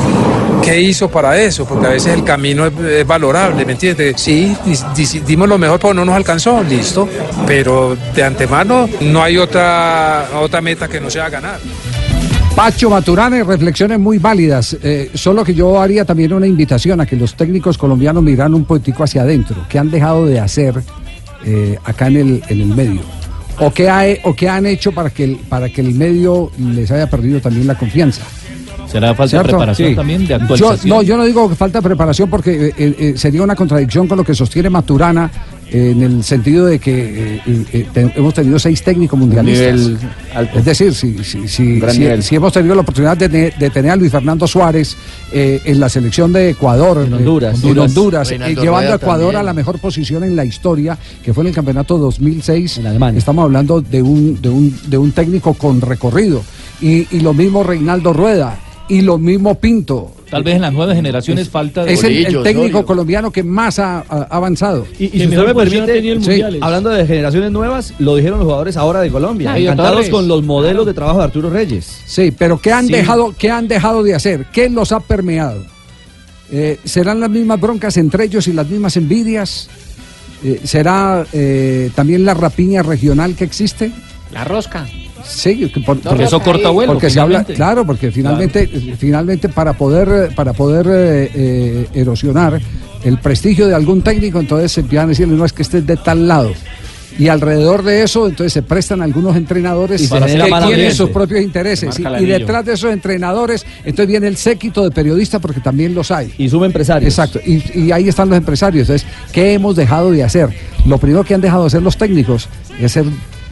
qué hizo para eso, porque a veces el camino es, es valorable, ¿me entiende? Sí, dis- dis- dimos lo mejor, pero no nos alcanzó, listo. Pero de antemano no hay otra, otra meta que no sea ganar.
Pacho Maturane, reflexiones muy válidas. Eh, solo que yo haría también una invitación a que los técnicos colombianos miran un poquitico hacia adentro, que han dejado de hacer eh, acá en el, en el medio. O qué, ha- o qué han hecho para que, el- para que el medio les haya perdido también la confianza.
¿Será falta de
¿Cierto?
preparación
Sí.
también, de
Yo,
actualización?
no, yo no digo que falta de preparación porque eh, eh, eh, sería una contradicción con lo que sostiene Maturana eh, en el sentido de que eh, eh, eh, te- hemos tenido seis técnicos mundialistas.
nivel alto.
Es decir, si, si, si,
Un gran
si-
nivel.
si hemos tenido la oportunidad de, te- de tener a Luis Fernando Suárez eh, en la selección de Ecuador, en
Honduras.
en
Honduras.
Honduras, eh,
Reinaldo
llevando
Rueda
a Ecuador
también.
a la mejor posición en la historia, que fue en el campeonato 2006. En Alemania. Estamos hablando de un, de un, de un técnico con recorrido. Y, y lo mismo Reinaldo Rueda. Y lo mismo Pinto.
Tal vez en las nuevas generaciones falta de...
Es el, el técnico colombiano que más ha, ha avanzado.
Y si usted me permite, sí, hablando de generaciones nuevas, lo dijeron los jugadores ahora de Colombia,
Claro.
encantados
Torres.
con los modelos de trabajo de Arturo Reyes.
Sí, pero ¿qué han,
Sí.
dejado, qué han dejado de hacer? ¿Qué los ha permeado? Eh, ¿Serán las mismas broncas entre ellos y las mismas envidias? Eh, ¿Será eh, también la rapiña regional que existe?
La rosca.
Sí, que por,
No, porque eso corta vuelo,
Porque se habla,
finalmente.
claro, porque finalmente, eh, finalmente para poder, eh, para poder eh, eh, erosionar el prestigio de algún técnico, entonces se empiezan a decirle, no es que esté de tal lado. Y alrededor de eso, entonces se prestan algunos entrenadores
Y se
que
genera
tienen
mal ambiente.
sus propios intereses.
Se
Y,
marca
y
el anillo.
detrás de esos entrenadores, entonces viene el séquito de periodistas, porque también los hay.
Y suben empresarios.
Exacto. Y, y ahí están los empresarios. Entonces, ¿qué hemos dejado de hacer? Lo primero que han dejado de hacer los técnicos es ser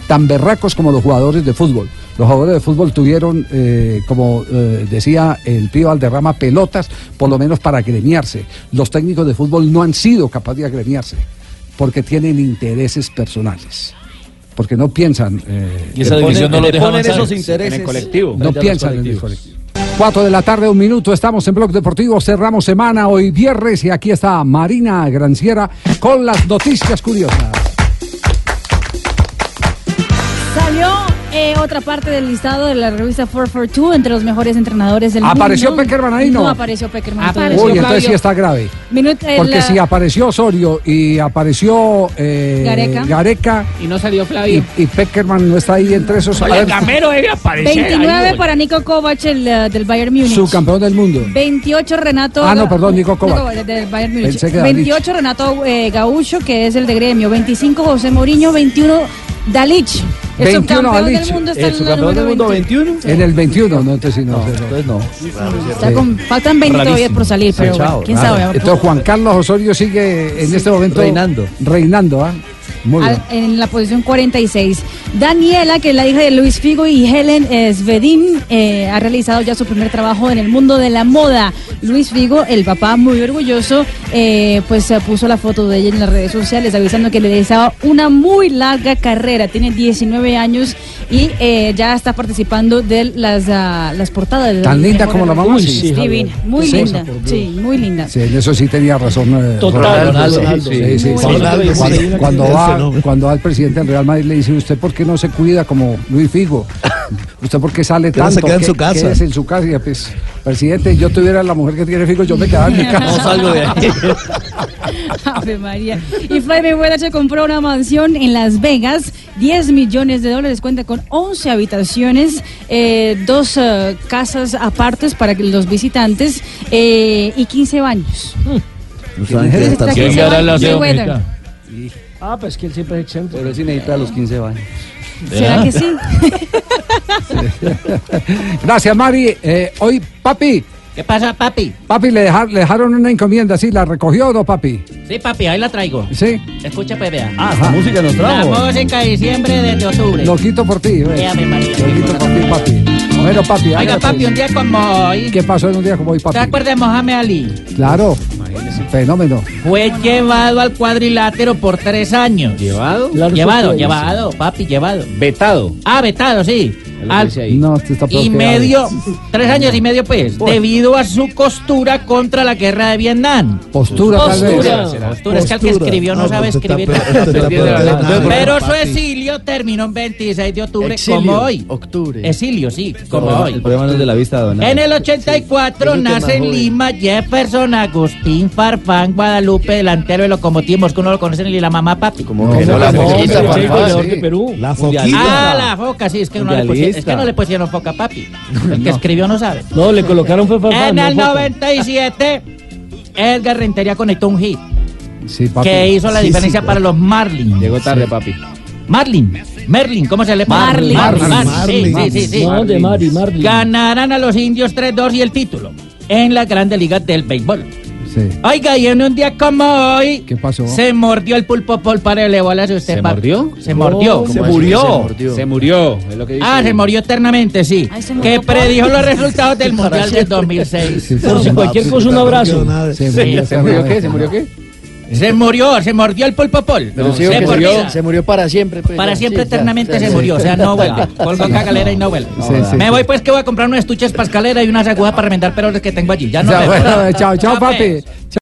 tan berracos como los jugadores de fútbol. Los jugadores de fútbol tuvieron, eh, como eh, decía el pío Alderrama, pelotas, por lo menos para agremiarse. Los técnicos de fútbol no han sido capaces de agremiarse porque tienen intereses personales. Porque no piensan. eh,
Y esa
le
división no
ponen-
lo
le
deja
ponen
avanzar.
esos
intereses. En el colectivo.
No
Frente a los
piensan en el colectivo. Cuatro de la tarde, un minuto, estamos en Blog Deportivo, cerramos semana hoy viernes y aquí está Marina Granciera con las noticias curiosas.
Salió eh, otra parte del listado de la revista 442 entre los mejores entrenadores del
¿Apareció
mundo.
Peckerman ahí, no?
No apareció Peckerman.
Uy,
todavía.
entonces sí está grave.
Minuto- eh,
Porque
la-
si apareció Osorio y apareció eh,
Gareca.
Y no salió Flavio.
y, y Peckerman no está ahí entre esos.
Oye,
A ver,
Gamero debe aparecer.
29
ahí,
para Nico Kovac el, eh, del Bayern Múnich.
subcampeón del mundo.
28 Renato.
Ah, no, perdón, Nico Kovac.
del Bayern Múnich.
Pensé que era
28 Renato eh, Gaucho, que es el de gremio. 25 José Mourinho. 21 Dalic. El
21
subcampeón
Dalic.
del mundo está
El
en la
subcampeón
número
Eh, del mundo,
20.
En el 21, no, entonces sí, no. Entonces
no.
Está con- faltan 20 todavía por salir, pero bueno, quién sabe.
Entonces Juan Carlos Osorio sigue en este momento
reinando.
Reinando, ¿ah? Muy bien.
Al- en la posición 46. Daniela, que es la hija de Luis Figo y Helen eh, Svedin, eh, ha realizado ya su primer trabajo en el mundo de la moda. Luis Figo, el papá muy orgulloso, eh, pues eh, puso la foto de ella en las redes sociales avisando que le deseaba una muy larga carrera. Tiene 19 años y eh, ya está participando de las, ah, las portadas. de
Tan
las
linda
mejores
como la mamá,
revistas.
sí. Uy, sí,
Divina,
Javier.
muy
Sí.
linda.
Por Dios.
Sí, muy linda.
Sí, en eso sí tenía razón. eh,
Total,
Ronaldo.
Ronaldo,
Sí, sí, sí,
Ronaldo.
sí.
Ronaldo,
Cuando-
sí.
Cuando,
El
va,
fenómeno.
cuando va el presidente del Real Madrid le dice, ¿usted por qué no se cuida como Luis Figo? ¿Usted por qué sale
Que no se
tanto?
queda en
¿Qué-
su casa?"
quédese en su casa. Y, pues, presidente, yo tuviera la mujer que tiene Figo, yo me quedaba en mi casa.
No salgo de ahí.
<laughs> Ave María. Y Flavio Huelache compró una mansión en Las Vegas, 10 millones de dólares, cuenta con 11 habitaciones, eh, dos eh, casas apartes para que los visitantes eh, y 15 baños.
saben qué
Está
¿Quién
15
le hará el
baños,
aseo,
Mayweather.
Ah, pues que él siempre es exento.
Pero sí necesita los 15 baños.
¿Será que sí?
<laughs> Gracias, Mari. Eh, hoy, papi.
¿Qué pasa, papi?
Papi, le, dejar- le dejaron una encomienda, ¿sí? ¿La recogió o no, papi?
Sí, papi, ahí la traigo.
Sí.
Escucha, pues, vea.
Ah, esta música nos trajo.
La música de diciembre desde octubre.
Lo quito por ti. ¿ves?
Ave María.
Lo quito por ti, papi. Bueno, papi.
Oiga,
hágale,
papi,
pues.
un día como hoy.
¿Qué pasó en un día como hoy,
¿Te
papi?
acuerdas de Mohamed Ali?
Claro. Fenómeno.
Fue llevado al cuadrilátero por tres años. ¿Llevado? Llevado, llevado, papi, llevado.
Vetado.
Ah, vetado, sí. Al-
No, te está
y
bloqueado.
medio, tres años y medio, pues, debido a su costura contra la guerra de Vietnam.
Postura,
postura,
tal vez.
postura, es que el que
Postura.
escribió no,
No,
sabe
pues, usted
escribir.
está per- usted está perdiendo la-
Pero su Papi. exilio terminó en 26 de octubre,
Exilio,
como hoy.
octubre.
Exilio, sí, como
El
hoy.
problema no es de la vista de
En el
Sí.
84
Es un tema
nace en
joven.
Lima Jefferson Agustín Farfán Guadalupe, delantero de Locomotivo Moscú, no lo conocen ni la mamá papi.
que no, la
Mundialista.
Ah,
foquita, Farfán,
Mundialista.
sí. La foquita.
Ah, la Ah, foca, sí, es que uno le puso Es que no le pusieron foca, papi. El que escribió no sabe.
No, le colocaron fue Fafán,
En
no
el
Foca.
97, Edgar Rentería conectó un hit
Sí, papi.
que hizo la
Sí, sí,
diferencia
papi.
para los Marlins. Llegó tarde, papi. Marlin, Merlin, ¿cómo se le llama?
Marlin.
Marlin,
Marlin,
Marlin,
Marlin.
sí, sí, sí, sí.
No, de Mari, Marlin.
Ganarán a los indios 3-2 y el título en la Grande Liga del Béisbol.
Sí.
Oiga, y en un día como hoy,
¿Qué pasó?
se mordió el pulpo por para de bolas usted,
¿Se
papi.
mordió?
Se mordió.
¿Cómo así que se mordió?
Se murió, es lo que dice.
Ah, se murió eternamente, sí. que predijo los
<laughs>
resultados del Mundial del 2006.
Por si cualquier cosa, un abrazo.
Sí, ¿se murió qué? ¿Se murió
qué?
Se murió, se mordió el pulpo pol.
Pero sí,
Se
que se,
mordió.
murió, se murió para siempre. pues,
Para
ya,
siempre,
sí, ya,
eternamente
ya,
se
sí.
murió. O sea,
<laughs>
no vuelve. Colgó
Sí.
acá galera y no vuelve.
Sí, sí,
Me voy, pues, que voy a comprar unos estuches para escalera y unas agujas para remendar perros que tengo allí. Ya no
Ya,
vemos.
bueno, chao, chao,
Ya,
papi.
pues.